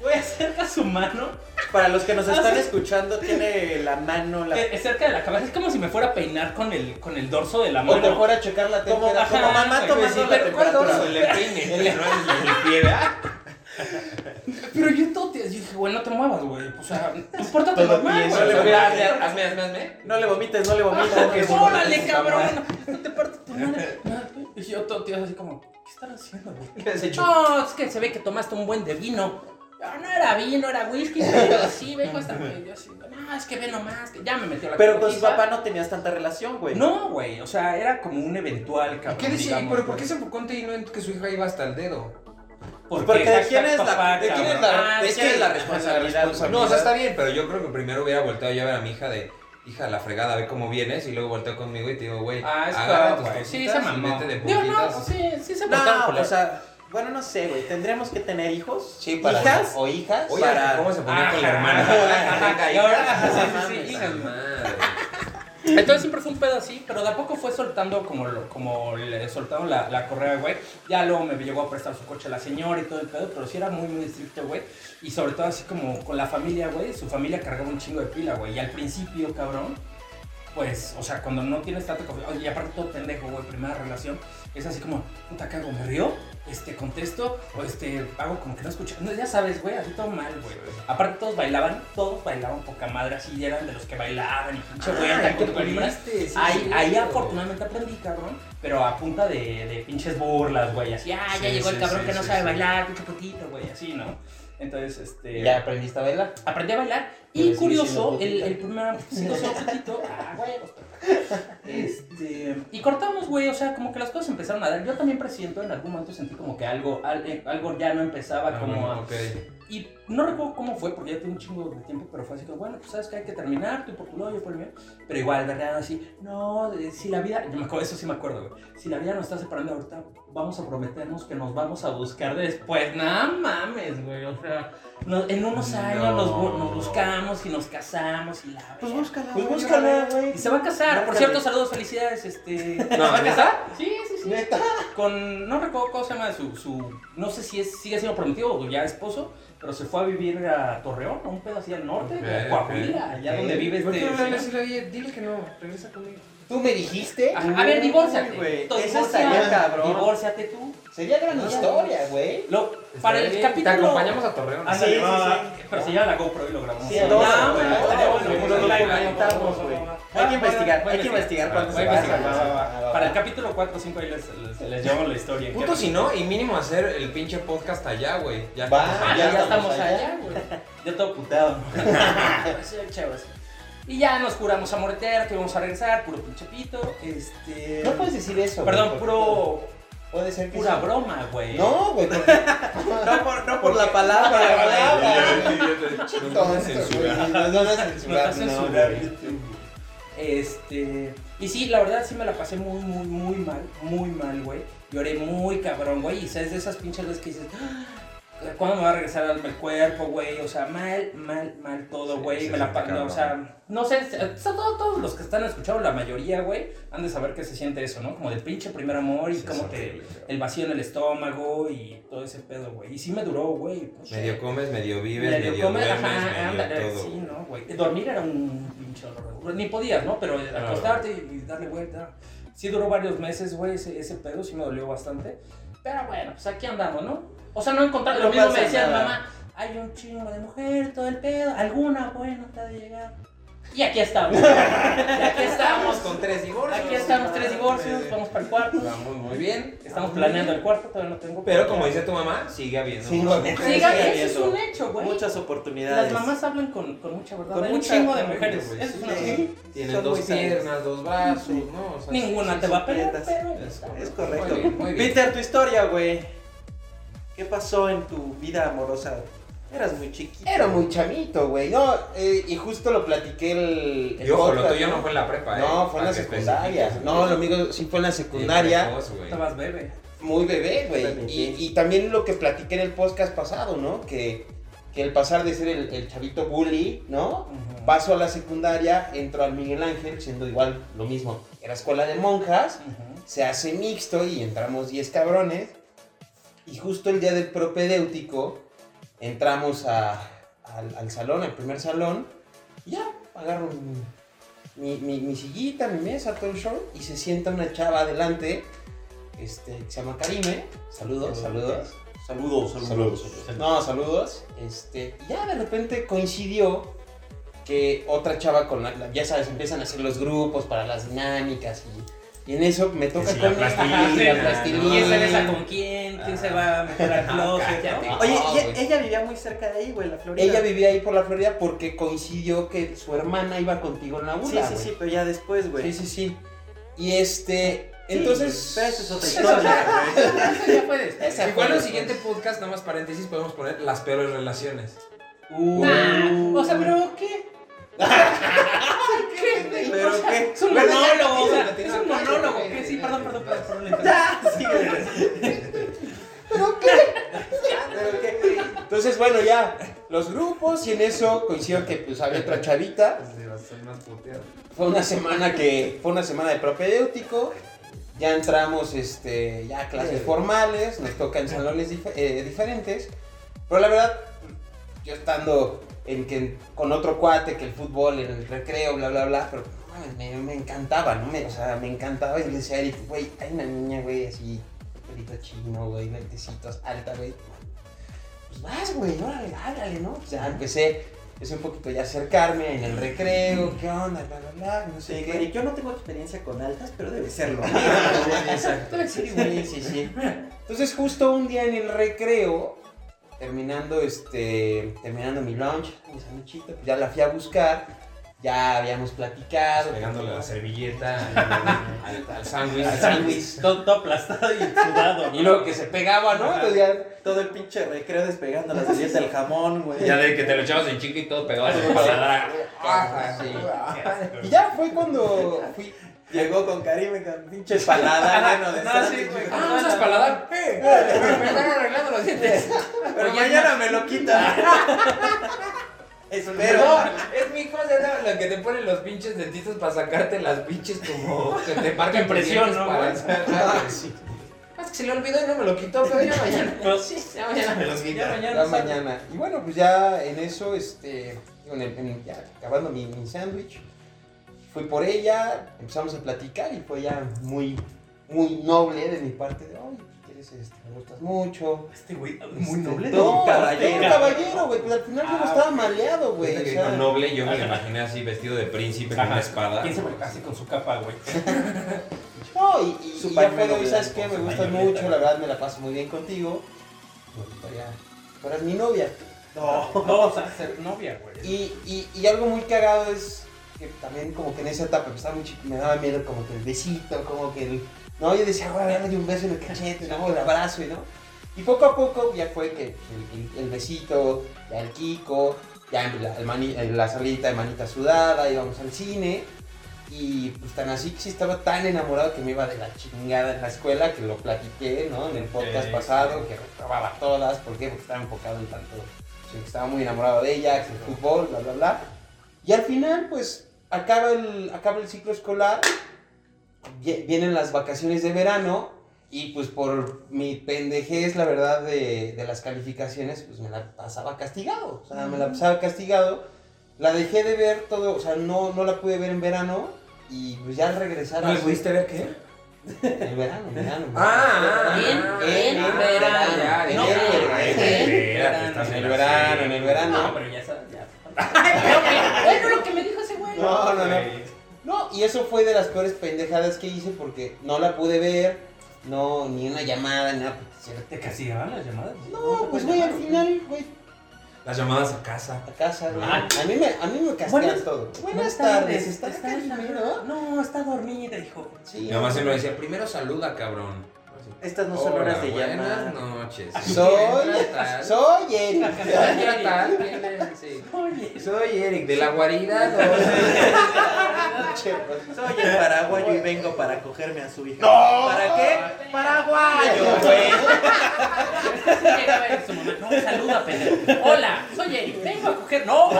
C: Güey, acerca su mano,
A: Para los que nos están
C: Ah, sí.
A: escuchando, tiene la mano, la...
C: eh, cerca de la cabeza, es como si me fuera a peinar con el, con el dorso de la
A: O te
C: mano.
A: fuera a checar la temperatura.
C: ajá,
A: Como mamá
C: güey,
A: tomando
C: sí,
A: la
C: pero ¿cuál
A: temperatura.
C: dorso?
A: güey.
B: El peine, el no es el del pie, ¿verdad?
C: Pero yo todo te yo dije, güey, no te muevas, güey. O sea, tú pórtate
A: Todo
C: normal,
A: bien,
C: güey.
A: solo
C: O
B: Hazme,
C: sea,
B: hazme, hazme, hazme, hazme.
A: No le vomites, no le vomites.
C: Porque
A: no le
C: Ah, ¡Órale,
A: vomites.
C: cabrón! No te partes tu madre. pues. Y yo todo tío así como, ¿qué están haciendo, güey?
D: ¿Qué has hecho?
C: No, es que se ve que tomaste un buen de vino. No, no era vino, era whisky, pero sí, vengo hasta que yo así. No, es que ve nomás, que ya me metió la
A: Pero con su
C: cotiza".
A: papá no tenías tanta relación, güey.
C: No, güey, o sea, era como un eventual, cabrón.
B: ¿Qué decía?
C: digamos,
B: ¿Pero por qué
C: güey.
B: se enfocó en ti y no en que su hija iba hasta el dedo?
A: Porque de
C: hashtag
A: quién es la-
C: papá,
A: de quién
C: cabrón.
A: es la-
C: Ah,
A: de
C: es
A: quién
C: que-
A: es la responsabilidad, güey.
B: No, o sea, está bien, pero yo creo que primero hubiera volteado yo a ver a mi hija de, hija, la fregada, ve cómo vienes, y luego volteo conmigo y te digo, güey,
C: Ah, es
B: agarra
C: claro,
B: tus
C: güey.
B: cositas
C: Sí, se
B: y
C: mamó.
B: vete de
C: Digo,
B: puntitas.
C: no, pues, sí, sí se portaron
A: No,
C: culero.
A: o sea, bueno, no sé, güey. Tendremos que tener hijos.
D: Sí, para.
A: ¿Hijas?
D: ¿O hijas?
B: Oye,
A: para-
B: ¿cómo se ponía
C: Ajá.
B: con la hermana?
C: Ajá.
B: Venga,
C: Y ahora,
B: hija.
C: ajá, sí, sí, sí,
B: Puta
C: hijas, güey.
B: madre.
C: Entonces siempre fue un pedo así, pero de a poco fue soltando como, lo- como le soltaron la, la correa, güey. Ya luego me llegó a prestar su coche la señora y todo el pedo, pero sí era muy, muy estricto, güey. Y sobre todo así como con la familia, güey. Su familia cargaba un chingo de pila, güey. Y al principio, cabrón, pues, o sea, cuando no tienes tanta confianza, y aparte todo pendejo, güey, primera relación, es así como, puta, ¿qué hago? ¿Me río? Este, contesto, o este, hago como que no escucho. No, ya sabes, güey, así todo mal, güey. Aparte todos bailaban, todos bailaban poca madre, así eran de los que bailaban y pinche güey,
B: Ah,
C: andan
B: ¿qué
C: con colinas.
B: aprendiste? Sí,
C: Ahí,
B: sí,
C: ahí
B: güey.
C: afortunadamente aprendí, cabrón, pero a punta de, de pinches burlas, güey, así, ah, ya
B: Sí,
C: llegó el
B: sí,
C: cabrón
B: sí,
C: que no
B: sí,
C: sabe
B: sí.
C: bailar, pinche putito, güey, así, ¿no? Entonces, este
D: ¿Ya aprendiste a bailar?
C: aprendí a bailar
D: Pero
C: y
D: sigue
C: curioso,
D: siendo
C: el,
D: putita.
C: el primer sigo siendo putito, ah, güey, este, y cortamos, güey, o sea, como que las cosas empezaron a dar. Yo también presiento, en algún momento sentí como que algo, al- eh, algo ya no empezaba
B: Ah,
C: como
B: bueno,
C: a...
B: ok.
C: Y no recuerdo cómo fue, porque ya tuve un chingo de tiempo, pero fue así que, bueno, pues sabes que hay que terminar, tú por tu lado, yo por el mío. Pero igual, ¿verdad? Así, no, eh, si la vida, yo me acuerdo, eso sí me acuerdo, güey. Si la vida nos está separando ahorita, vamos a prometernos que nos vamos a buscar después. Nada mames, güey, o sea, no- en unos años nos, bu- nos buscamos y nos casamos y la.
A: Pues
C: verga.
A: búscala.
D: Pues
A: güey,
D: búscala,
A: órale.
D: güey.
C: Y se va a casar, por
A: Márcale.
C: cierto, saludos, felicidades, este.
B: No,
C: ¿Se va a
B: ¿neta?
C: casar? Sí, sí, sí.
D: ¿Neta?
C: Con, no recuerdo cómo se llama su, su no sé si es, sigue siendo prometido o ya esposo, pero se fue a vivir a Torreón, a un pedo así al norte,
B: Ok,
C: a Coahuila,
D: ok.
C: allá donde vive
B: ¿Por qué no le hablas
C: este...
B: y le dile- Dile que no, regresa conmigo.
D: ¿Tú me dijiste?
C: Ajá, a ver,
A: Uy,
C: divórciate.
A: güey,
C: Entonces,
A: eso estaría
C: divórciate,
A: cabrón.
C: Divórciate tú.
D: Sería gran historia, güey.
C: Lo- para el
B: Está bien,
C: capítulo...
B: Te acompañamos a Torreón.
C: Ándale,
A: Sí, sí,
C: va.
A: sí.
C: Pero se lleva la GoPro y lo grabamos.
A: Sí,
C: Ah,
A: dos,
C: no,
A: güey,
C: no,
A: dos,
C: estaría bueno,
A: güey,
C: un
A: lo
C: live,
A: documentamos,
C: va,
A: güey.
C: va, va, va.
A: Hay que
C: Va,
A: investigar,
C: va,
A: hay que
C: va,
A: investigar
C: va,
A: cuándo
C: va,
A: se
C: va,
A: casan.
C: va, va, va.
D: Va, va, va.
C: pues, Para el capítulo 4 o 5 ahí les, les, les llevamos la historia.
B: Puto si no, y mínimo hacer el pinche podcast allá, güey. Ya
D: Va.
B: estamos
C: Ah,
B: allá.
C: ya, ya estamos allá, güey. Yo todo puteado. ¿no? Sí, chavos. Y ya nos curamos a moretear, que vamos a regresar, puro pinche pito, este...
D: No puedes decir eso. güey,
C: Perdón,
D: porque
C: puro...
D: Puede ser que
C: pura
D: sí.
C: broma, güey.
D: No, güey, porque
A: No por, no por la palabra,
D: la palabra.
A: güey.
B: No
D: tonto,
B: me censura.
D: güey. Nos van a
C: No te
D: censurar.
C: hacen
D: no,
C: sudar,
D: güey.
C: güey. Este... Y sí, la verdad sí me la pasé muy, muy, muy mal, muy mal, güey. Lloré muy cabrón, güey, y sabes de esas pinches veces que dices... "Ah, ¿Cuándo me va a regresar al al cuerpo, güey? O sea, mal, mal, mal todo,
B: Sí,
C: güey.
B: sí,
C: me
B: sí,
C: la pa-
B: cabrón.
C: no, O sea, no sé, o sea, todo- todos los que están escuchando, la mayoría, güey, han de saber que se siente eso, ¿no? Como del pinche primer amor y
B: Sí,
C: como
B: es
C: que
B: horrible, cabrón.
C: el vacío en el estómago y todo ese pedo, güey. Y sí me duró, güey. pues,
B: Medio comes, medio vives,
C: medio
B: medio,
C: comer,
B: duermes,
C: ajá,
B: medio
C: ándale,
B: todo.
C: sí, ¿no, güey? Dormir era un pinche horror, güey. Ni podías, ¿no? Pero
B: Ah,
C: acostarte y darle vuelta. Sí duró varios meses, güey, ese, ese pedo sí me dolió bastante. Pero bueno, pues aquí andamos, ¿no? O sea, no encontramos,
A: No
C: lo mismo
A: pasa
C: me decía
A: nada.
C: mamá, hay un chingo de mujer, todo el pedo, alguna buena está de llegar. Y aquí estamos. y aquí estamos.
B: con tres divorcios.
C: Aquí estamos, tres divorcios, vamos para el cuarto.
B: Vamos muy bien.
C: Estamos planeando el cuarto, todavía no tengo.
B: Pero como dice tu mamá, sigue habiendo.
A: Sí,
B: mujeres.
A: mujeres.
C: Siga,
A: sigue
C: ese es
A: habiendo
C: un hecho, güey.
A: Muchas
C: Las
A: oportunidades.
C: mamás hablan con, con mucha verdad.
A: Con
C: Hay un
A: mucha-
C: chingo de
A: con
C: mujeres.
B: mucha,
C: Eso es una
A: güey.
C: verdad.
A: Sí.
B: Tienen
A: Son
B: dos
A: muy sabias.
B: piernas, dos brazos, ¿no? O sea,
C: Ninguna
B: sí,
C: te
B: sí,
C: va a pegar,
A: completas.
C: pero.
B: Es
A: Es correcto.
B: Muy bien, muy bien.
A: Peter, tu historia, güey. ¿Qué pasó en tu vida amorosa? Eras muy chiquito.
D: Era muy chamito, güey. No, eh, y justo lo platiqué el. el
B: Y ojo, lo
D: podcast,
B: tuyo no fue en la prepa, ¿eh?
D: No, fue en la
B: Para que
D: secundaria.
B: especifiques.
D: No, lo mío sí fue en la secundaria.
B: Precoz, güey.
C: Estabas bebé.
D: Muy bebé,
A: También,
D: güey.
A: sí.
D: Y, y también lo que platiqué en el podcast pasado, ¿no? Que, que el pasar de ser el, el chavito bully, ¿no?
C: Ujú.
D: Paso a la secundaria, entro al Miguel Ángel, siendo igual lo mismo. Era escuela de monjas,
C: Ujú.
D: se hace mixto y entramos 10 cabrones. Y justo el día del propedéutico, entramos a- al, al salón, al primer salón. Y ya, agarro mi, mi- mi- mi sillita, mi mesa, todo el show. Y se sienta una chava adelante, este, que se llama Karime. Saludos, saludos.
A: Saludos, saludos.
D: No, saludos. Este, y ya de repente coincidió que otra chava con la, la- ya sabes, empiezan a hacer los grupos para las dinámicas y, y en eso me toca
B: si la
D: con
B: plastilina,
D: Sí, la
B: ¿no?
D: plastilina.
C: ¿Quién se besa con quién? ¿Quién se va a meter al closet?
B: cállate.
C: ¿no?
A: Oye,
D: No,
A: ella,
D: güey.
A: ella vivía muy cerca de ahí, güey, en la Florida.
D: e, Ella vivía ahí por la Florida porque coincidió que su hermana iba contigo en la
A: Sí,
D: bula,
A: sí,
D: güey.
A: sí, pero ya después, güey.
D: Sí, sí, sí. Y este,
A: Sí,
D: entonces
A: pero esa es otra
D: Esa
A: historia, güey.
C: Eso ya fue después.
B: Igual en
D: Esa fue
B: el
D: después.
B: siguiente podcast, nada más paréntesis, podemos poner las peores relaciones.
A: Uh,
C: Nah, o sea, pero ¿qué? ¿Qué?
A: ¿Pero qué?
C: Es un
A: Bueno, ya
C: monólogo, o
A: lo
C: sea,
A: tienes,
C: es
A: lo
C: un
A: tienes.
C: monólogo. ¿Qué? Sí, perdón, perdón, perdón, perdón. le interrumpí.
A: Ya, sí, güey. ¿Pero qué?
D: Entonces, bueno, ya, los grupos y en eso coincidió que pues había otra chavita. Fue una semana que fue una semana de propedéutico. Ya entramos este ya a clases formales, nos tocan salones dif- eh, diferentes. Pero la verdad, yo estando en que con otro cuate que el fútbol en el recreo, bla bla bla, pero no mames, me, me encantaba, ¿no? Me, o sea, me encantaba y le decía a Eric, güey, hay una niña, güey, así, pelito chino, güey, vertecitos, alta, güey. Pues vas, güey, órale, háblale, ¿no? Pues ya empecé, empecé un poquito ya a acercarme en el recreo, ¿qué onda? Bla bla bla, no sé
A: Sí,
D: qué.
A: güey, yo no tengo experiencia con altas, pero debe serlo.
D: Sí, sí, sí. Entonces, justo un día en el recreo, terminando este. Terminando mi lunch, mi sandwichito, pues ya la fui a buscar. Ya habíamos platicado.
B: Pegándole la servilleta al, al sándwich.
D: Al sándwich.
C: Todo todo aplastado y sudado.
D: Y luego que se pegaba, ¿no? Entonces ya-
A: Todo el pinche recreo despegando las salidas del jamón, güey.
B: Ya de que te lo echabas en chico y todo pegado en
D: Ah, sí. Y ya fue cuando fui.
A: Llegó con Karime con pinche palada lleno de
C: No,
A: sal.
C: sí, güey.
B: Ah, usas paladar. Eh, Me están arreglando los dientes.
A: Pero mañana me lo quita.
B: Pero
A: Espero.
B: es mi cosa era la que te ponen los pinches dentistas para sacarte las pinches como que te marcan
C: Impresión,
B: tus
C: ¿no,
B: dientes
C: güey?
B: para- Ah, Es que se le olvidó y no me lo quitó, pero ya mañana.
C: Pero-
B: Ya mañana me los
C: Ya
B: quita.
D: La
C: mañana. sale.
D: mañana. Y bueno, pues ya en eso, este. digo, en el- en- ya acabando mi, mi sándwich. Fui por ella, empezamos a platicar y fue ya muy, muy noble de mi parte. De, oye, ¿quieres este? Me gustas mucho.
C: Este güey,
D: Este,
C: muy noble.
A: todo
D: No,
A: un caballero.
D: un caballero, güey. Pues al final yo
C: Ah,
D: no estaba maleado, güey.
B: Ahorita
D: o
B: que
D: sea,
B: dijo noble, yo me lo imaginé así vestido de príncipe con una
C: Ajá.
B: espada.
C: ¿Quién se me casi con su capa, güey?
D: no, y, y-
A: Su
D: y ya
A: pañuelo
D: fue de,
A: blanco,
D: ¿sabes qué? Me
C: su
D: gustas
C: pañoleta,
D: mucho, la verdad me la paso muy bien contigo. Pues, Me gustaría que fueras mi novia.
A: No.
C: No, o sea, ser novia, güey.
D: Y, y, y algo muy cagado es que también como que en esa etapa pues, estaba muy chico, me daba miedo como que el besito, como que el... No, yo decía, güey, dale un beso en el cachete, no, el abrazo, y ¿no? Y poco a poco ya fue que el, el- el besito, ya el Kiko, ya en la, el mani- en la salita de manita sudada, íbamos al cine. Y pues tan así que sí estaba tan enamorado que me iba de la chingada en la escuela, que lo platiqué, ¿no? En el podcast
B: Ok,
D: pasado,
B: sí.
D: que reprobaba todas, ¿por qué? Porque estaba enfocado en tanto, o sea, que estaba muy enamorado de ella, que el fútbol, bla, bla, bla. Y al final, pues, acaba el, acaba el ciclo escolar, vie- vienen las vacaciones de verano, y pues por mi pendejez, la verdad, de, de las calificaciones, pues me la pasaba castigado. O sea, me la pasaba castigado. La dejé de ver todo, o sea, no, no la pude ver en verano. Y pues ya al regresar...
B: ¿No
D: a
B: le
D: su-
B: pudiste ver qué?
D: En verano, en verano.
B: Ah,
E: Bien,
B: ah,
E: bien,
B: ah,
E: verano.
B: ya, ya,
E: No,
B: ya,
E: pero-
B: ya,
E: eh,
B: espérate,
C: verano,
B: estás
D: En el verano, en el
C: No,
D: verano.
C: pero ya sabes, ya.
E: Bueno, lo que me dijo ese güey.
D: No, no, no. No, y eso fue de las peores pendejadas que hice porque no la pude ver, no, ni una llamada, ni nada. porque se-
C: ¿Te castigaban las llamadas?
D: No, pues güey, al final, güey,
B: Las llamadas a casa.
D: a casa, güey.
C: Ah.
D: A mí me, a mí me castigan
C: Buenas-
D: todo. Buenas tardes, ¿estás acá,
C: No, no, está dormida, dijo.
D: Sí.
B: Mi mamá siempre me decía, primero saluda, cabrón.
A: Estas no son horas de llamar.
B: Buenas noches.
D: Soy, soy Eric.
B: Soy tal, sí.
C: Oye,
B: Soy Eric de la guarida. ¿no?
A: Soy el paraguayo y vengo para cogerme a su hija. ¿Para qué? Paraguayo, güey.
C: sí llegaba en su momento. No, saluda, pendejo. Hola, soy Eric, vengo a coger. No,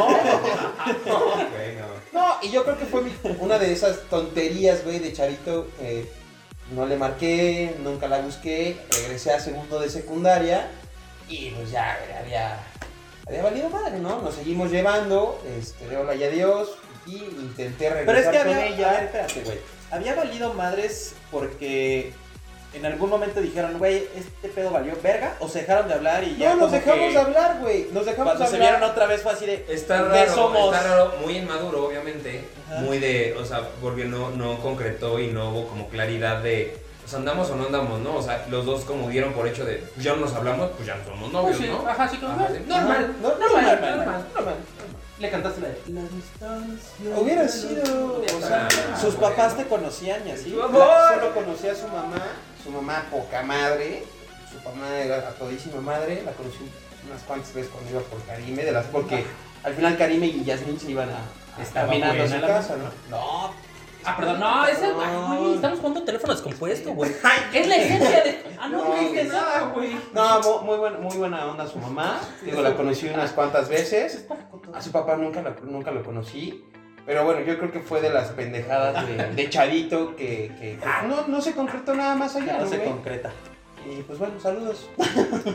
C: Ah,
B: Bueno.
D: No, y yo creo que fue mi- una de esas tonterías, güey, de Charito. eh, no le marqué, nunca la busqué, regresé a segundo de secundaria y pues ya, güey, había, había valido madre, ¿no? Nos seguimos llevando, este, de hola y adiós, y intenté regresar
A: Pero es que
D: con
A: había- a
D: ella.
A: ver, espérate, güey. Había valido madres porque en algún momento dijeron, güey, este pedo valió verga, o se dejaron de hablar y ya.
D: No, nos
A: como
D: dejamos
A: que
D: hablar, güey, nos dejamos
A: Cuando se
D: hablar.
A: vieron otra vez fue así de.
B: Está
A: ¿Qué
B: raro,
A: somos?
B: está raro, muy inmaduro, obviamente.
A: Ajá.
B: Muy de, o sea, porque no, no concretó y no hubo como claridad de, pues andamos o no andamos, ¿no? O sea, los dos como dieron por hecho de, pues ya no nos hablamos, pues ya no somos novios,
C: Pues sí,
B: ¿no?
C: Ajá, sí, como
B: Ajá, sí.
C: normal,
D: No, no,
C: normal,
D: normal,
C: normal.
D: normal.
C: Le cantaste la de La distancia.
D: Hubiera sido, o sea,
B: Ah,
A: Sus
B: bueno.
A: papás te conocían y así.
B: Tu amor.
D: La- Solo conocí a su mamá, su mamá poca madre, su mamá era a todísima madre, la conocí unas cuantas veces cuando iba por Karime, de las porque al final Karime y Yasmin se iban
A: Ah,
D: a, a
C: Estaba
D: caminando a su
C: buena la
D: casa, ¿no? No,
C: Ah, perdón, no, ese.
D: No.
C: ay, güey, estamos jugando teléfono descompuesto, güey. Es la esencia de. Ah, no,
D: No,
C: no dije
D: güey.
C: nada, güey.
D: no, mu- muy, buena, muy buena onda su mamá, digo, la conocí unas cuantas veces, a su papá nunca lo, nunca lo conocí. Pero bueno, yo creo que fue de las pendejadas de, de Charito que, que- que no, no se concretó nada más allá.
A: Ah. No se
D: güey.
A: concreta.
D: Y pues bueno, saludos.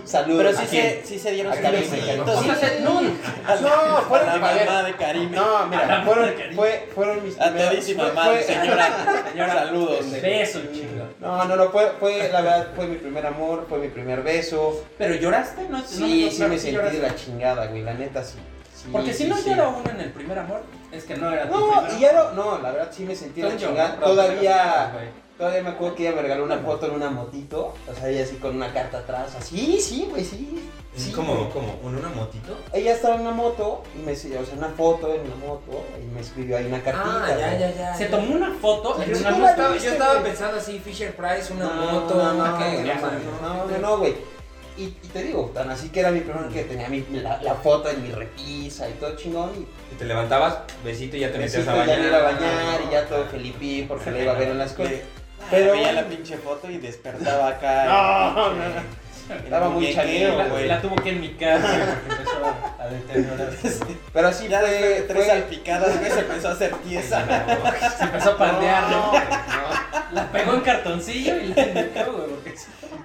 D: saludos.
A: Pero
D: ¿A
A: sí
D: quién?
A: se, sí se dieron
D: A
A: sus
D: Karime,
A: besitos.
D: ¿no?
C: O sea, se- no,
A: A la-
D: No, fueron
A: a la
D: para ver.
A: mamá de Karime.
D: No,
C: A
D: mira,
C: la
D: fueron,
C: madre, cariño.
D: fue, fueron mis
A: A
D: primeros-
A: todísima
D: fue-
A: madre,
D: fue-
A: señora. señora. Saludos.
C: beso, chingo.
D: No, no, no, fue, fue, la verdad, fue mi primer amor, fue mi primer beso.
C: Pero lloraste, ¿no? No,
D: Sí,
C: no,
D: sí
C: claro,
D: me
C: sí
D: sentí
C: lloraste.
D: de la chingada, güey, la neta sí. Sí,
C: Porque si
D: sí,
C: no
D: sí.
C: llora uno en el primer amor, es que no era tu primer
D: No, y
C: amor.
D: ya no, no, la verdad sí me sentí de la
C: Son
D: chingada.
C: llorosos,
D: Todavía,
C: güey.
D: todavía me acuerdo que ella me regaló una foto en una motito, o sea, ella así con una carta atrás, así, sí, güey, sí.
B: Sí,
D: sí
B: como, como, ¿en una motito?
D: Ella estaba en una moto, y me, o sea, una foto en una moto, y me escribió ahí una cartita. güey.
B: Ah, ya.
C: Se tomó una foto en
D: Sí,
C: una
D: tú
B: Yo
D: la
C: muestra.
B: estaba, yo
D: viste,
B: estaba
D: güey.
B: pensando así, Fisher Price, una
D: no,
B: moto,
D: no,
B: una
D: no,
B: que-
D: no, no, no, no, güey. Y, y te digo, tan así que era mi primer que tenía mi- la, la foto en mi repisa y todo chingón. Y
B: Y te levantabas, besito y ya te metías
D: besito,
B: a bañar.
D: ya me iba a bañar y ya todo Felipe porque le iba a ver en la escuela.
A: Pero
D: Pero-
A: veía la pinche foto y despertaba acá.
D: No, no, no.
A: El
D: Estaba muy
A: muñequero,
D: chaleo,
C: La,
D: güey.
C: la tuvo que en mi casa porque empezó a- a deteriorarse.
D: Pero así
A: Ya después de
D: fue,
A: tres
D: fue-
A: salpicadas, güey, se empezó a hacer tiesa.
C: Se empezó a pandear, ¿no?
D: No,
C: La pegó en cartoncillo y la metió, güey. porque-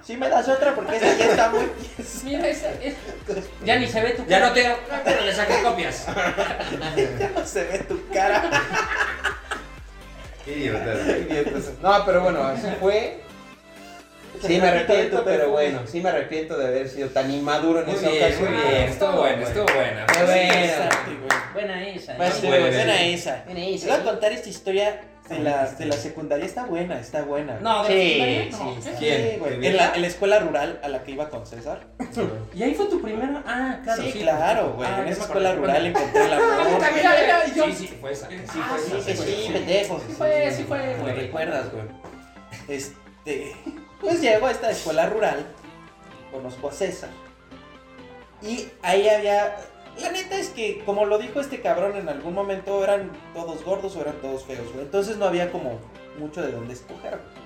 A: Sí me das otra porque esta ya está muy tiesa.
C: Mira, esa, es- ya ni se ve tu
B: Ya
C: cara.
B: no te, pero le saqué copias.
A: Ya no se ve tu cara.
B: Qué idiota.
D: idiotas. no, pero bueno, así fue. Sí me arrepiento, pero bueno, sí me arrepiento de haber sido tan inmaduro en
B: Muy
D: esa
B: bien,
D: ocasión.
B: muy bien. Estuvo buena, estuvo buena.
D: Qué bueno.
A: Exacto, güey.
C: Buena esa. ¿no?
A: Más
B: Bueno,
A: buena,
B: bueno.
A: buena esa.
E: Buena
A: Les
E: esa.
A: voy a contar esta historia de la, de la secundaria. Está buena, está buena.
C: No, de
D: Sí,
C: la secundaria, no.
D: sí,
A: Sí,
B: ¿Quién?
A: güey.
B: ¿Quién?
A: En la, en la escuela rural a la que iba con César.
C: Y ahí fue tu primera. Ah, claro.
A: sí, claro, güey.
C: Ah,
A: en
C: ya
A: esa
C: me
A: escuela
C: acordé.
A: rural encontré el amor.
C: Ah, mira, mira, y yo-
B: Sí, sí, fue esa. Sí,
C: Ah,
B: fue esa.
C: sí, sí, sí.
A: pendejo.
C: Sí fue, sí fue,
A: ¿Me
C: güey.
A: recuerdas, güey? Este, pues llego a esta escuela rural, conozco a César. Y ahí había, la neta es que, como lo dijo este cabrón en algún momento, eran todos gordos o eran todos feos, güey. Entonces no había como mucho de dónde escoger, güey.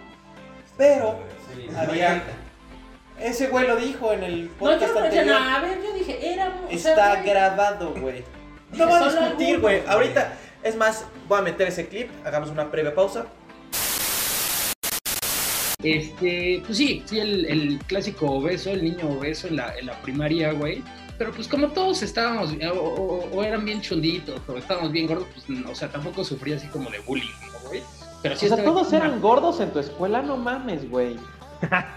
A: Pero
B: Sí.
A: había... Ese güey lo dijo en el
C: No,
A: podcast
C: yo no, yo
A: anterior.
C: no, a ver, yo dije, era. o sea,
A: Está
C: güey,
A: grabado, güey. No
C: Dije,
A: va a
C: solo
A: discutir, güey.
C: algunos,
A: Ahorita, es más, voy a meter ese clip, hagamos una previa pausa.
F: Este, pues sí, sí, el, el clásico obeso, el niño obeso en la, en la primaria, güey. Pero pues como todos estábamos, o, o- o eran bien chunditos, o estábamos bien gordos, pues, o sea, tampoco sufría así como de bullying, ¿no, güey. Pero sí
G: O sea,
F: estaba-
G: todos eran gordos en tu escuela, no mames, güey.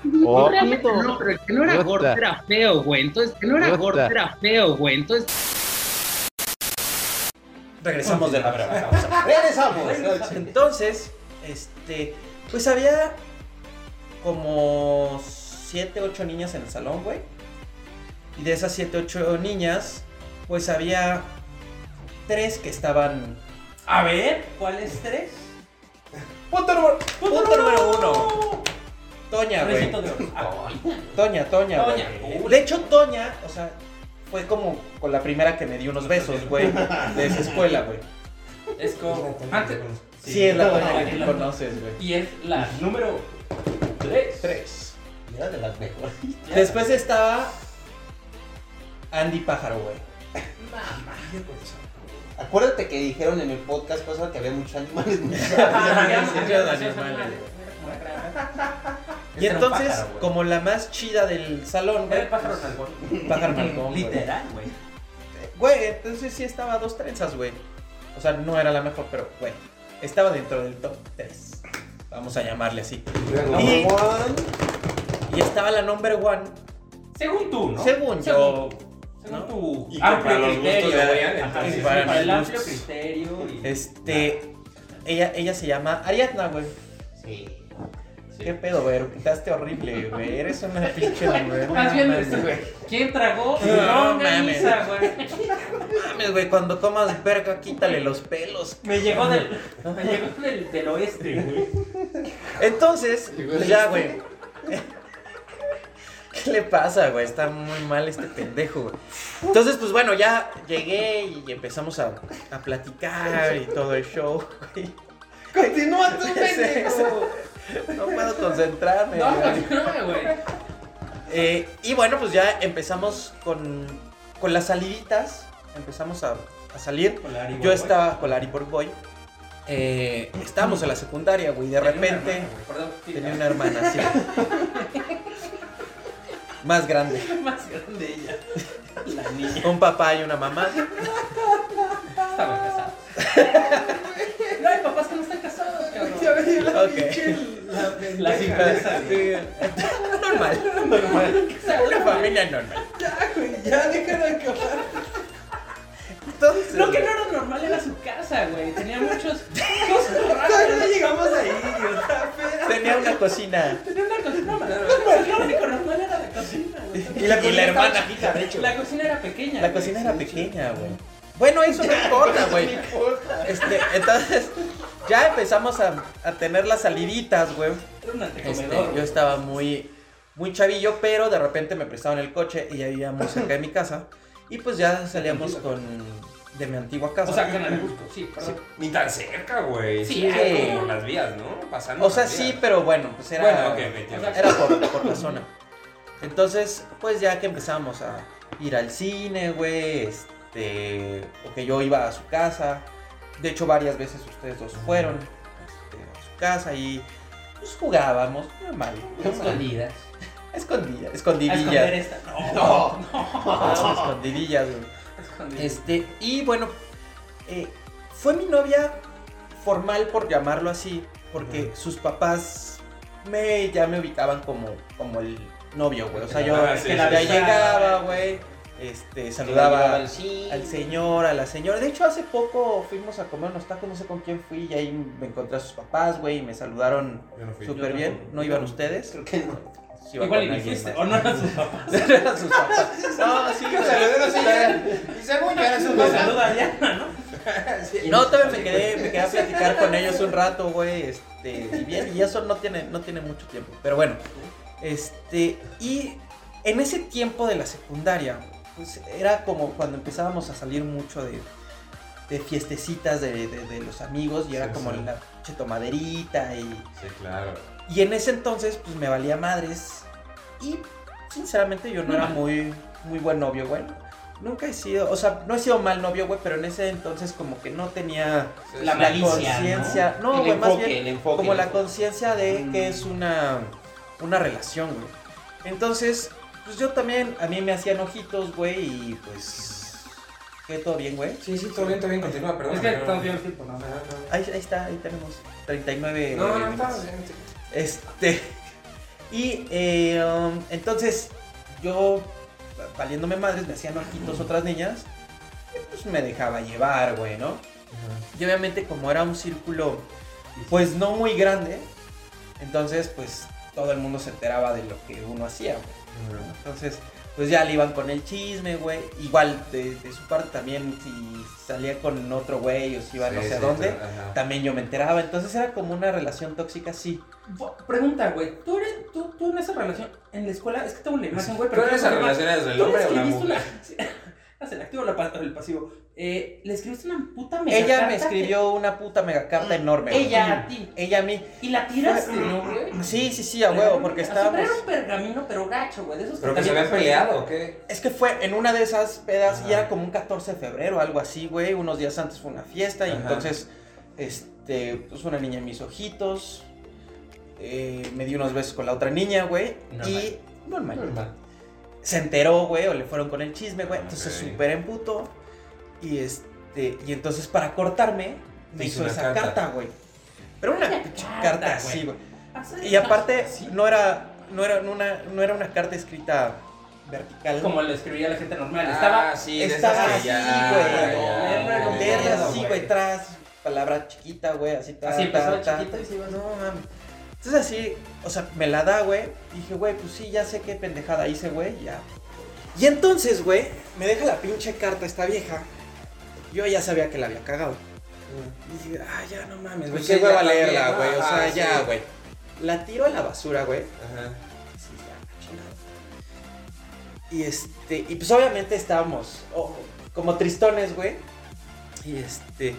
F: No, realmente
G: Ojito.
F: no, pero el que no era
H: Puta.
F: gordo era feo, güey. Entonces, el que no era
H: Puta.
F: gordo era feo, güey. Entonces,
A: Regresamos de la brava. pausa.
D: Regresamos.
A: Entonces, este, pues había como 7, 8 niñas en el salón, güey. Y de esas 7, 8 niñas, pues había tres que estaban...
C: A ver,
A: ¿Cuáles tres?
B: Punto número.
A: Punto número uno. Toña, güey.
C: Pobrecito de oro. Ah,
A: Toña, Toña, güey.
C: Toña, uy.
A: De hecho, Toña, o sea, fue como con la primera que me dio unos besos, güey, de esa escuela, güey.
C: Es como. Antes.
A: Sí, es la
C: no,
A: Toña que
C: es
A: tú
C: la-
A: conoces, güey.
C: Y es la número 3.
A: Tres.
D: Era de las mejores.
A: Después estaba Andy Pájaro, güey.
D: Acuérdate que dijeron en el podcast pasado que había muchos animales.
C: Ah, Este
A: Y entonces, como la más chida del salón,
C: Era el
A: güey.
C: pájaro nalgón.
A: pues, Pájaro Malcón, güey. Eh,
C: Literal, güey.
A: Güey, entonces sí estaba a dos trenzas, güey. O sea, no era la mejor, pero, güey, estaba dentro del top 3. Vamos a llamarle así. Y, y estaba la number one,
C: Según tú, ¿no?
A: según yo.
C: Según- Según
A: ¿no?
C: tu
B: Y que
C: amplio
B: para los gustos
C: criterio.
B: de
C: güey.
B: Adrián,
C: Ajá,
B: entonces,
C: sí, sí,
A: para
C: para el
A: mis
C: amplio
A: gustos.
C: criterio. y-
A: Este. Ella, ella se llama Ariadna, güey.
D: Sí.
A: ¿Qué pedo, güey? Pintaste horrible, güey. Eres una pinche güey.
E: Más bien,
A: No
E: este,
A: mames,
E: ¿Quién tragó?
A: No,
E: Longaniza, güey.
A: Mames, güey. Cuando comas verga, quítale los pelos.
C: Me llegó del, me llegó del, del oeste, güey.
A: Entonces, pues ya, güey. ¿Qué le pasa, güey? Está muy mal este pendejo, güey. Entonces, pues bueno, ya llegué y empezamos a, a platicar y todo el show, güey.
D: Continúa tú,
A: pendejo. No puedo concentrarme.
E: No,
A: güey.
E: continúa, güey.
A: Eh, y bueno, pues ya empezamos con, con las saliditas. Empezamos a, a salir.
C: Con la Ari
A: Yo
C: Godoy.
A: estaba con la Ari Boy. Eh, estábamos en la secundaria, güey. y De
C: Tenía una
A: repente
C: hermana, güey. Perdón, sí,
A: tenía
C: ya.
A: una hermana así. Más grande.
C: más grande ella. La niña
A: Un papá y una mamá.
C: estaba casada.
E: No hay papás que no están casados, cabrón.
A: Ok.
C: La sincronizada.
A: Sí. Normal, normal. Una familia normal.
D: Ya deja de acabar.
A: Entonces,
E: Lo que no era normal era su casa, güey. Tenía muchos. muchos raros.
D: No llegamos ahí.
A: tenía una cocina.
E: Tenía una cocina normal. Lo único normal era la cocina, güey.
A: Y la, hermana.
E: La cocina era pequeña.
A: La
E: güey.
A: cocina era pequeña, güey. Bueno, eso no importa, güey. Este, entonces, ya empezamos a, a tener las saliditas, güey.
C: Era un
A: Este,
C: antecomedor.
A: yo estaba muy, muy chavillo, pero de repente me prestaban el coche y ya vivíamos cerca de mi casa. Y pues ya salíamos con de mi antigua casa.
C: o sea, con el busco, sí, perdón.
B: Ni tan cerca, güey.
E: Sí,
B: Sí,
A: güey.
B: como las vías, ¿no? Pasando.
A: o sea,
B: las
A: sí,
B: vías.
A: pero bueno, pues era.
B: Bueno, ok, me entiendo.
C: o sea,
A: Era por, por la zona. Entonces, pues ya que empezamos a ir al cine, güey, este, o que yo iba a su casa. De hecho, varias veces ustedes dos fueron este, a su casa y pues jugábamos, normal.
E: Escondidas.
A: Escondida,
C: A esconder
A: escondidillas.
C: esta. No,
A: No, jugábamos escondidillas, güey.
E: Escondidas.
A: Este, y bueno, eh, fue mi novia formal por llamarlo así, porque sus papás me, ya me ubicaban como, como el novio, güey. O sea, yo
B: Ah, sí,
A: ya
B: sí, sí.
A: llegaba, güey, este, saludaba al, señor, a la señora. De hecho, hace poco fuimos a comer unos tacos, no sé con quién fui, y ahí me encontré a sus papás, güey, y me saludaron
B: Pues Yo no fui.
A: súper
C: Yo
A: bien. ¿No iban ustedes?
D: Creo que no.
A: Sí, iba
C: Igual y
A: con
C: ni
A: alguien
C: fuiste,
A: más.
C: o no eran sus papás.
A: Eran sus papás. No, sí, güey.
D: Y según yo era su
C: Me saluda Diana, ¿no?
A: No, todavía me quedé, me quedé a platicar con ellos un rato, güey, este, y bien, y eso no tiene, no tiene mucho tiempo, pero bueno, este, y en ese tiempo de la secundaria, pues era como cuando empezábamos a salir mucho de, de fiestecitas de, de- de los amigos, y era
B: Sí,
A: como
B: sí.
A: la pinche tomaderita, y,
B: Sí, claro.
A: y en ese entonces, pues me valía madres, y sinceramente yo no era muy, muy buen novio, güey. Nunca he sido, o sea, no he sido mal novio, güey, pero en ese entonces como que no tenía
C: La
A: la
C: malicia,
A: conciencia. No,
D: el
A: güey, más
D: enfoque,
A: bien
D: el enfoque.
A: como
D: el
A: la
D: enfoque. Mm.
A: conciencia de que es una, una relación, güey. Entonces, pues yo también, a mí me hacían ojitos, güey, y pues ¿Qué, todo bien, güey?
B: Sí, sí, todo bien, todo bien, continúa, perdón.
C: Es que
B: pero-
C: estamos viendo el tiempo, ¿no?
B: Ajá,
A: Ahí, ahí está, ahí tenemos 39
B: No, no, no,
A: minutos.
B: está bien, sí.
A: Este. Y eh, um, entonces yo, valiéndome madres, me hacían ojitos otras niñas. Y pues me dejaba llevar, güey, ¿no? Y obviamente como era un círculo, pues no muy grande, entonces pues todo el mundo se enteraba de lo que uno hacía, güey. ¿no? Entonces, pues ya le iban con el chisme, güey. Igual de, de su parte también, si salía con otro güey o si iba no
B: Sí,
A: sé a
B: sí,
A: dónde,
B: todo, ajá.
A: también yo me enteraba. Entonces era como una relación tóxica, sí.
C: Bo- Pregunta, güey. ¿Tú, eres, tú, tú en esa relación, en la escuela, es que tengo la imagen, güey,
B: ¿Pero
C: pero.
B: en esa relación eres el hombre o la
C: escribiste
B: mujer?
C: una- Haz el activo o la pa- el pasivo. Eh, le escribiste una puta mega
A: Ella me
C: carta que-
A: escribió una puta megacarta enorme. güey.
C: Ella a ti.
A: Ella a mí.
C: Y la tiraste, ¿no, güey?
A: Sí, sí, sí, a huevo, porque pues
C: Así,
A: estábamos...
C: pero Era un pergamino, pero gacho, güey. De esos
B: Pero que se
C: también-
B: habían peleado, ¿o qué?
A: Es que fue en una de esas pedas
B: Ajá.
A: y era como un 14 de febrero, algo así, güey. Unos días antes fue una fiesta y
B: Ajá.
A: entonces, este, pues una niña en mis ojitos. eh, me di unos besos con la otra niña, güey. Y, normal. Se enteró, güey, o le fueron con el chisme, güey. Entonces,
B: Ah, Ok.
A: súper emputo. Y este, y entonces para cortarme, me hizo,
B: Hizo una
A: esa
B: carta.
A: carta, güey. Pero una
C: Una
A: pinche
C: carta,
A: carta
C: güey.
A: así, güey.
C: Así
A: Y aparte,
C: así.
A: no era, no era una, no era una carta escrita vertical.
C: Como le escribía a la gente normal.
B: Ah,
C: Estaba.
B: sí, de
A: Estaba
B: esas
A: así,
B: que
A: güey.
B: ya- ya,
A: no,
C: ya,
A: verga,
C: ya,
A: así,
C: ya,
A: güey,
C: ya.
A: tras palabra chiquita, güey, así tal.
C: Así empezaba chiquito y se iba.
A: No, mames. Entonces así, o sea, me la da, güey. Dije, güey, pues sí, ya sé qué pendejada hice, güey, ya. Y entonces, güey, me deja la pinche carta esta vieja. Yo ya sabía que la había cagado.
C: Mm.
A: Y dije, ah, ya no mames, güey.
B: Pues
A: Qué
B: sí,
A: hueva
B: ya también,
A: leerla,
B: ¿no?
A: güey. O
B: Ajá,
A: sea, ya,
B: sí.
A: güey. La tiro a la basura, güey.
B: Ajá.
A: Sí, ya, chingado. Y este, y pues obviamente estábamos oh, como tristones, güey. Y este,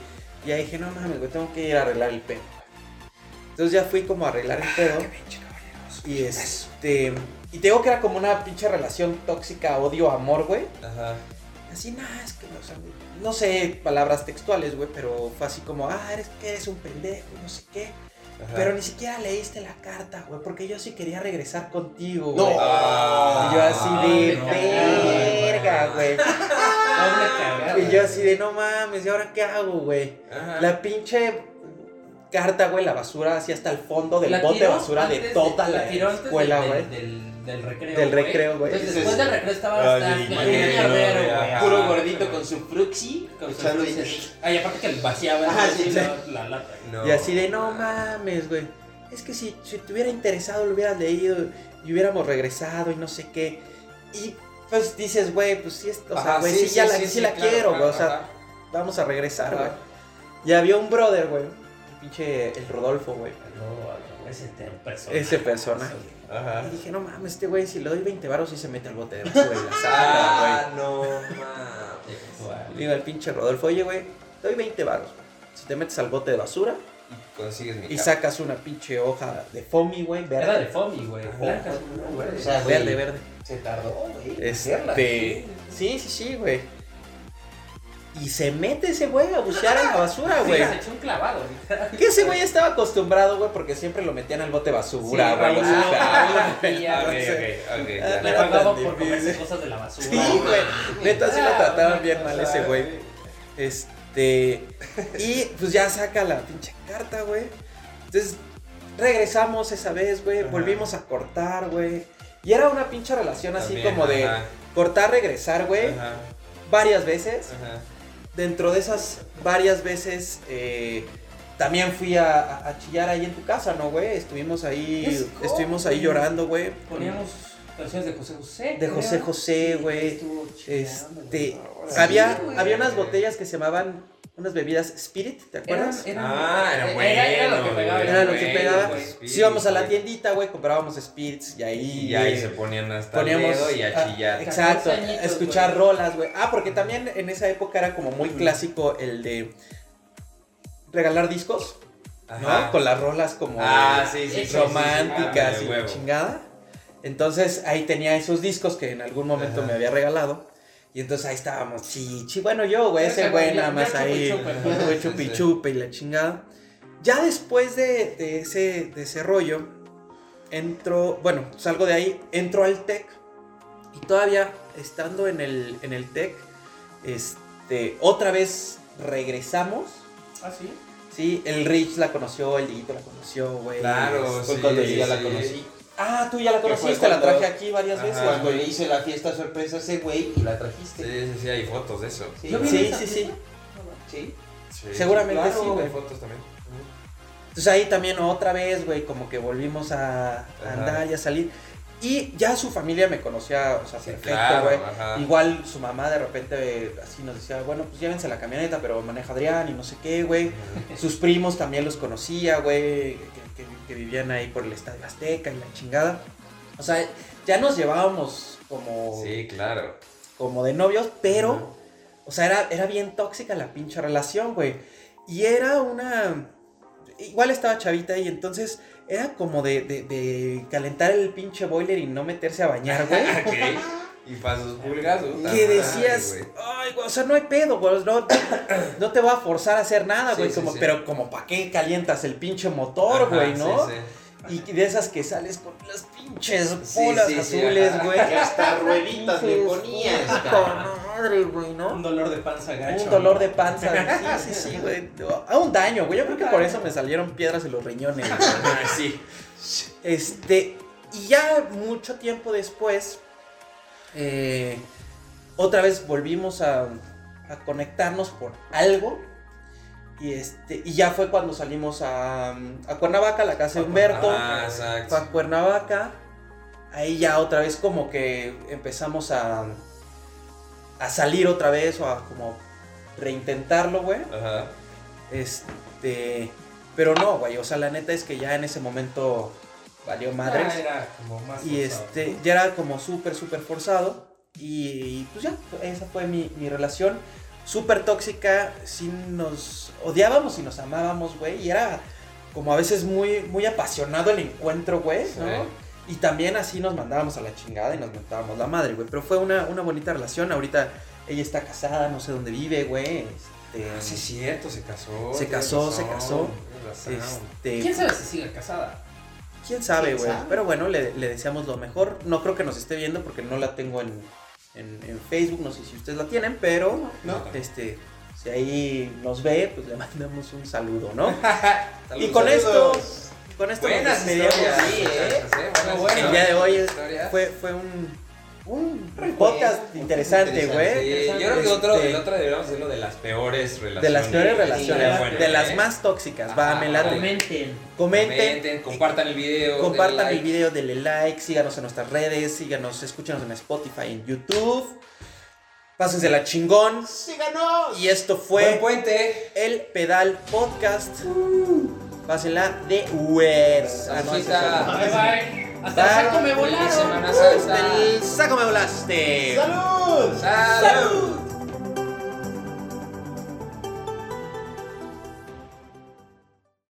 A: y ahí dije, no mames, güey, tengo que ir a arreglar el pedo. Entonces ya fui como a arreglar
B: Ah,
A: el pedo. Y este, y te digo que era como una pinche relación tóxica, odio, amor, güey.
B: Ajá.
A: Así, nada, es que, o sea, güey, no sé palabras textuales, güey, pero fue así como, ah, eres que eres un pendejo, no sé qué.
B: ajá.
A: Pero ni siquiera leíste la carta, güey, porque yo sí quería regresar contigo,
D: No.
A: güey.
B: Ah,
A: Y yo así de
C: no,
A: verga,
B: no,
A: güey.
C: Doble cagada.
A: Y yo así de no mames, ¿y ahora qué hago, güey?
B: Ajá.
A: La pinche carta, güey, la basura así hasta el fondo del
C: La
A: bote de
C: tiró
A: basura de
C: antes
A: toda la,
C: tiró antes
A: escuela,
C: del-
A: güey.
C: Del, del recreo.
A: Del
C: güey.
A: recreo, güey.
C: Entonces, después del recreo estaba
B: Ay,
C: bastante.
B: no,
C: un mierdero,
B: güey,
C: güey.
B: ajá.
D: Puro gordito con su fruxi.
C: Con sus
D: echando-
C: dulces. Ay, aparte que el vaciaba
D: Ajá,
C: entonces,
D: sí,
C: la, la lata.
B: No.
A: Y así de no mames, güey. Es que si, si te hubiera interesado, lo hubieras leído y hubiéramos regresado y no sé qué. Y pues dices, güey, pues sí, es- o sea,
B: Ajá,
A: güey,
B: sí,
A: sí,
B: sí,
A: ya la,
B: sí,
A: sí
B: sí,
A: la
B: claro,
A: quiero,
B: claro,
A: güey. O sea,
B: ajá.
A: vamos a regresar, güey.
B: Ajá.
A: Y había un brother, güey. el Pinche el Rodolfo, güey.
C: No, ese te personaje.
A: Ese personaje. Y
B: Ajá.
A: dije, no mames, este güey, si le doy 20 varos y se mete al bote de basura y la saca,
B: Ah, no mames.
A: güey. Le digo al pinche Rodolfo, oye, güey, te doy 20 varos. güey. Si te metes al bote de basura
B: Consigues mi
A: y
B: carta.
A: sacas una pinche hoja de foamy, güey,
C: Era de
A: verde.
C: Fomi, güey. Blanca.
D: O sea, güey,
A: Verde, verde.
D: Se tardó, güey. en hacerla.
A: Este. Sí, sí, sí, güey. Y se mete ese güey a bucear a la basura,
C: Sí,
A: güey.
C: se echó un clavado, güey.
A: Que ese güey estaba acostumbrado, güey, porque siempre lo metían al bote basura,
C: Sí,
A: güey.
C: güey,
A: o sea,
C: no,
A: claro,
C: güey, ya,
B: Ah, Ok,
A: güey.
B: ok, ok, ya.
A: No
C: Le
A: era tan
C: pagaba por
A: difícil.
C: comerse cosas de la basura.
A: Sí, güey. Neta, sí lo
C: Ah,
A: trataban
C: güey,
A: bien mal ese güey. Este. Y pues ya saca la pinche carta, güey. Entonces, regresamos esa vez, güey.
B: Ajá.
A: Volvimos a cortar, güey. Y era una pinche relación así
B: También,
A: como de ¿eh?
B: ajá,
A: cortar, regresar, güey.
B: Ajá.
A: Varias veces.
B: Ajá.
A: Dentro de esas varias veces, eh, también fui a, a- a chillar ahí en tu casa, ¿no, güey? Estuvimos ahí,
C: Esco-
A: estuvimos ahí llorando, güey.
C: Poníamos canciones de José José.
A: De
C: creo.
A: José José,
C: Sí,
A: güey.
C: estuvo chingando,
A: Este,
C: güey.
B: Sí,
A: había,
B: güey.
A: había unas botellas que se llamaban unas bebidas Spirit, ¿te
C: Eran-
A: acuerdas?
C: eran-
B: Ah, era bueno.
C: Era, era lo que pegaba.
A: Era lo que
B: bueno,
A: pegaba.
B: güey.
A: Si íbamos a la
B: güey.
A: tiendita, güey, comprábamos Spirits y ahí.
B: Y ahí
A: eh,
B: se ponían hasta
A: poníamos-
B: el dedo y a
A: ah,
B: chillar.
A: Exacto,
C: 14 añitos,
A: escuchar
C: güey.
A: rolas, güey. Ah, porque también en esa época era como muy clásico el de regalar discos,
B: Ajá.
A: ¿no? Con las rolas como
B: Ah, sí, sí, sí, sí. Ah,
A: románticas
B: de
A: y la
B: huevo.
A: chingada. Entonces ahí tenía esos discos que en algún momento
B: Ajá.
A: me había regalado. Y entonces ahí estábamos, chichi. Bueno, yo, güey, ese
C: Ese
A: güey
C: güey,
A: nada
C: yo
A: más
C: chupi
A: ahí,
C: chupe,
B: ¿no?
A: güey,
B: Sí,
A: chupi
B: sí.
A: chupe y la chingada. Ya después de, de ese, de ese rollo, entro, bueno, salgo de ahí, entro al TEC. Y todavía estando en el, en el TEC, este este, otra vez regresamos.
C: Ah, sí.
A: Sí, el Rich la conoció, el Dieguito la conoció, güey.
B: Claro,
D: Fue
B: sí.
D: cuando yo ya la
B: sí.
D: conocí.
A: Ah, tú ya la
D: Que fue
A: conociste, la traje
D: cuando-
A: aquí varias
B: Ajá.
A: veces.
D: Cuando
A: güey.
D: le hice la fiesta sorpresa a ese güey y la trajiste.
B: Sí, sí, sí, hay fotos de eso.
D: Sí,
C: Yo vi
A: Sí,
C: esa
A: sí, sí.
C: fiesta.
D: sí.
B: Sí.
A: Seguramente
B: Claro,
A: sí, güey.
B: Hay fotos también.
A: Entonces ahí también otra vez, güey, como que volvimos a, a
B: Ajá.
A: andar y a salir. Y ya su familia me conocía, o sea,
B: Sí,
A: perfecto,
B: claro,
A: güey.
B: ajá.
A: Igual su mamá de repente eh, así nos decía, bueno, pues llévense la camioneta, pero maneja Adrián y no sé qué, güey. Sus primos también los conocía, güey, que, que- que vivían ahí por el Estadio Azteca y la chingada. O sea, ya nos llevábamos como,
B: Sí, claro.
A: como de novios, pero, o sea, era, era bien tóxica la pinche relación, güey. Y era una... Igual estaba chavita y entonces era como de, de- de calentar el pinche boiler y no meterse a bañar, güey.
B: Ok. Y para sus pulgazos.
A: Que decías, ay, güey, o sea, no hay pedo, güey, no, no te voy a forzar a hacer nada,
B: Sí,
A: güey,
B: sí,
A: como,
B: sí.
A: pero como para qué calientas el pinche motor, güey, ¿no?
B: Sí,
A: Y de esas que sales con las pinches
B: Sí,
A: bolas
B: sí, sí,
A: azules,
B: ajá.
A: güey.
D: Que hasta rueditas le
A: Dices,
D: ponías. cabrón.
A: Puta madre, güey,
C: Un
A: ¿no?
C: dolor de panza gacho.
A: Un dolor
C: ¿no?
A: de panza, sí, sí, sí, güey, a un daño, güey, yo creo que por eso me salieron piedras en los riñones, güey.
B: Ah, sí.
A: Este, y ya mucho tiempo después, eh, otra vez volvimos a, a conectarnos por algo. Y, este, y ya fue cuando salimos a, a Cuernavaca, la casa de Humberto.
B: Ah, exacto.
A: Fue a Cuernavaca. Ahí ya otra vez como que empezamos a, a salir otra vez o a como reintentarlo, güey.
B: Ajá.
A: Este, pero no, güey, o sea, la neta es que ya en ese momento valió madres.
C: Ah, era como más
A: y
C: forzado.
A: este, ya era como súper, súper forzado. Y, y, pues ya, esa fue mi, mi relación. Súper tóxica, sí nos odiábamos y nos amábamos, güey. Y era como a veces muy, muy apasionado el encuentro, güey, ¿no?
B: Sí.
A: Y también así nos mandábamos a la chingada y nos mentábamos la madre, güey. Pero fue una, una bonita relación. Ahorita ella está casada, no sé dónde vive, güey. Este,
B: Ah, sí, es cierto, se casó.
A: Se
B: tienes
A: casó, se
B: razón,
A: casó.
B: tienes razón.
A: Este,
E: ¿Quién sabe si sigue casada?
A: ¿Quién sabe,
D: ¿Quién
A: güey?
D: sabe?
A: Pero bueno, le, le deseamos lo mejor. No creo que nos esté viendo porque no la tengo en, en- en Facebook. No sé si ustedes la tienen, pero
B: No.
A: este, si ahí nos ve, pues le mandamos un saludo, ¿no? y
B: Saludos,
A: con esto,
B: saludos.
A: con esto
B: Buenas
A: nos despedimos.
B: historias.
A: Sí, ¿eh?
B: muchachos, ¿eh? Buenas
A: El día de hoy es-
B: historias.
A: fue, fue un, un podcast interesante,
D: interesante,
A: güey.
B: Sí, yo creo que otro,
A: Este,
B: el otro deberíamos hacerlo de las peores relaciones.
A: de las peores
B: Sí,
A: relaciones,
B: bueno,
A: de
B: ¿eh?
A: las más tóxicas. Va,
B: Ajá,
A: me late.
E: Comenten.
A: Comenten,
B: Comenten, compartan el video.
A: Compartan
B: denle
A: el video, denle like, síganos en nuestras redes, síganos, escúchanos en Spotify, en YouTube. Pásense la chingón.
D: ¡Síganos!
A: Y esto fue
B: Buen puente.
A: el Pedal Podcast. Pásenla de Ah, Wers.
B: Salsita.
E: Bye bye. Hasta el saco me volaron.
B: Semana Santa.
A: El saco me volaste.
D: ¡Salud!
B: Salud.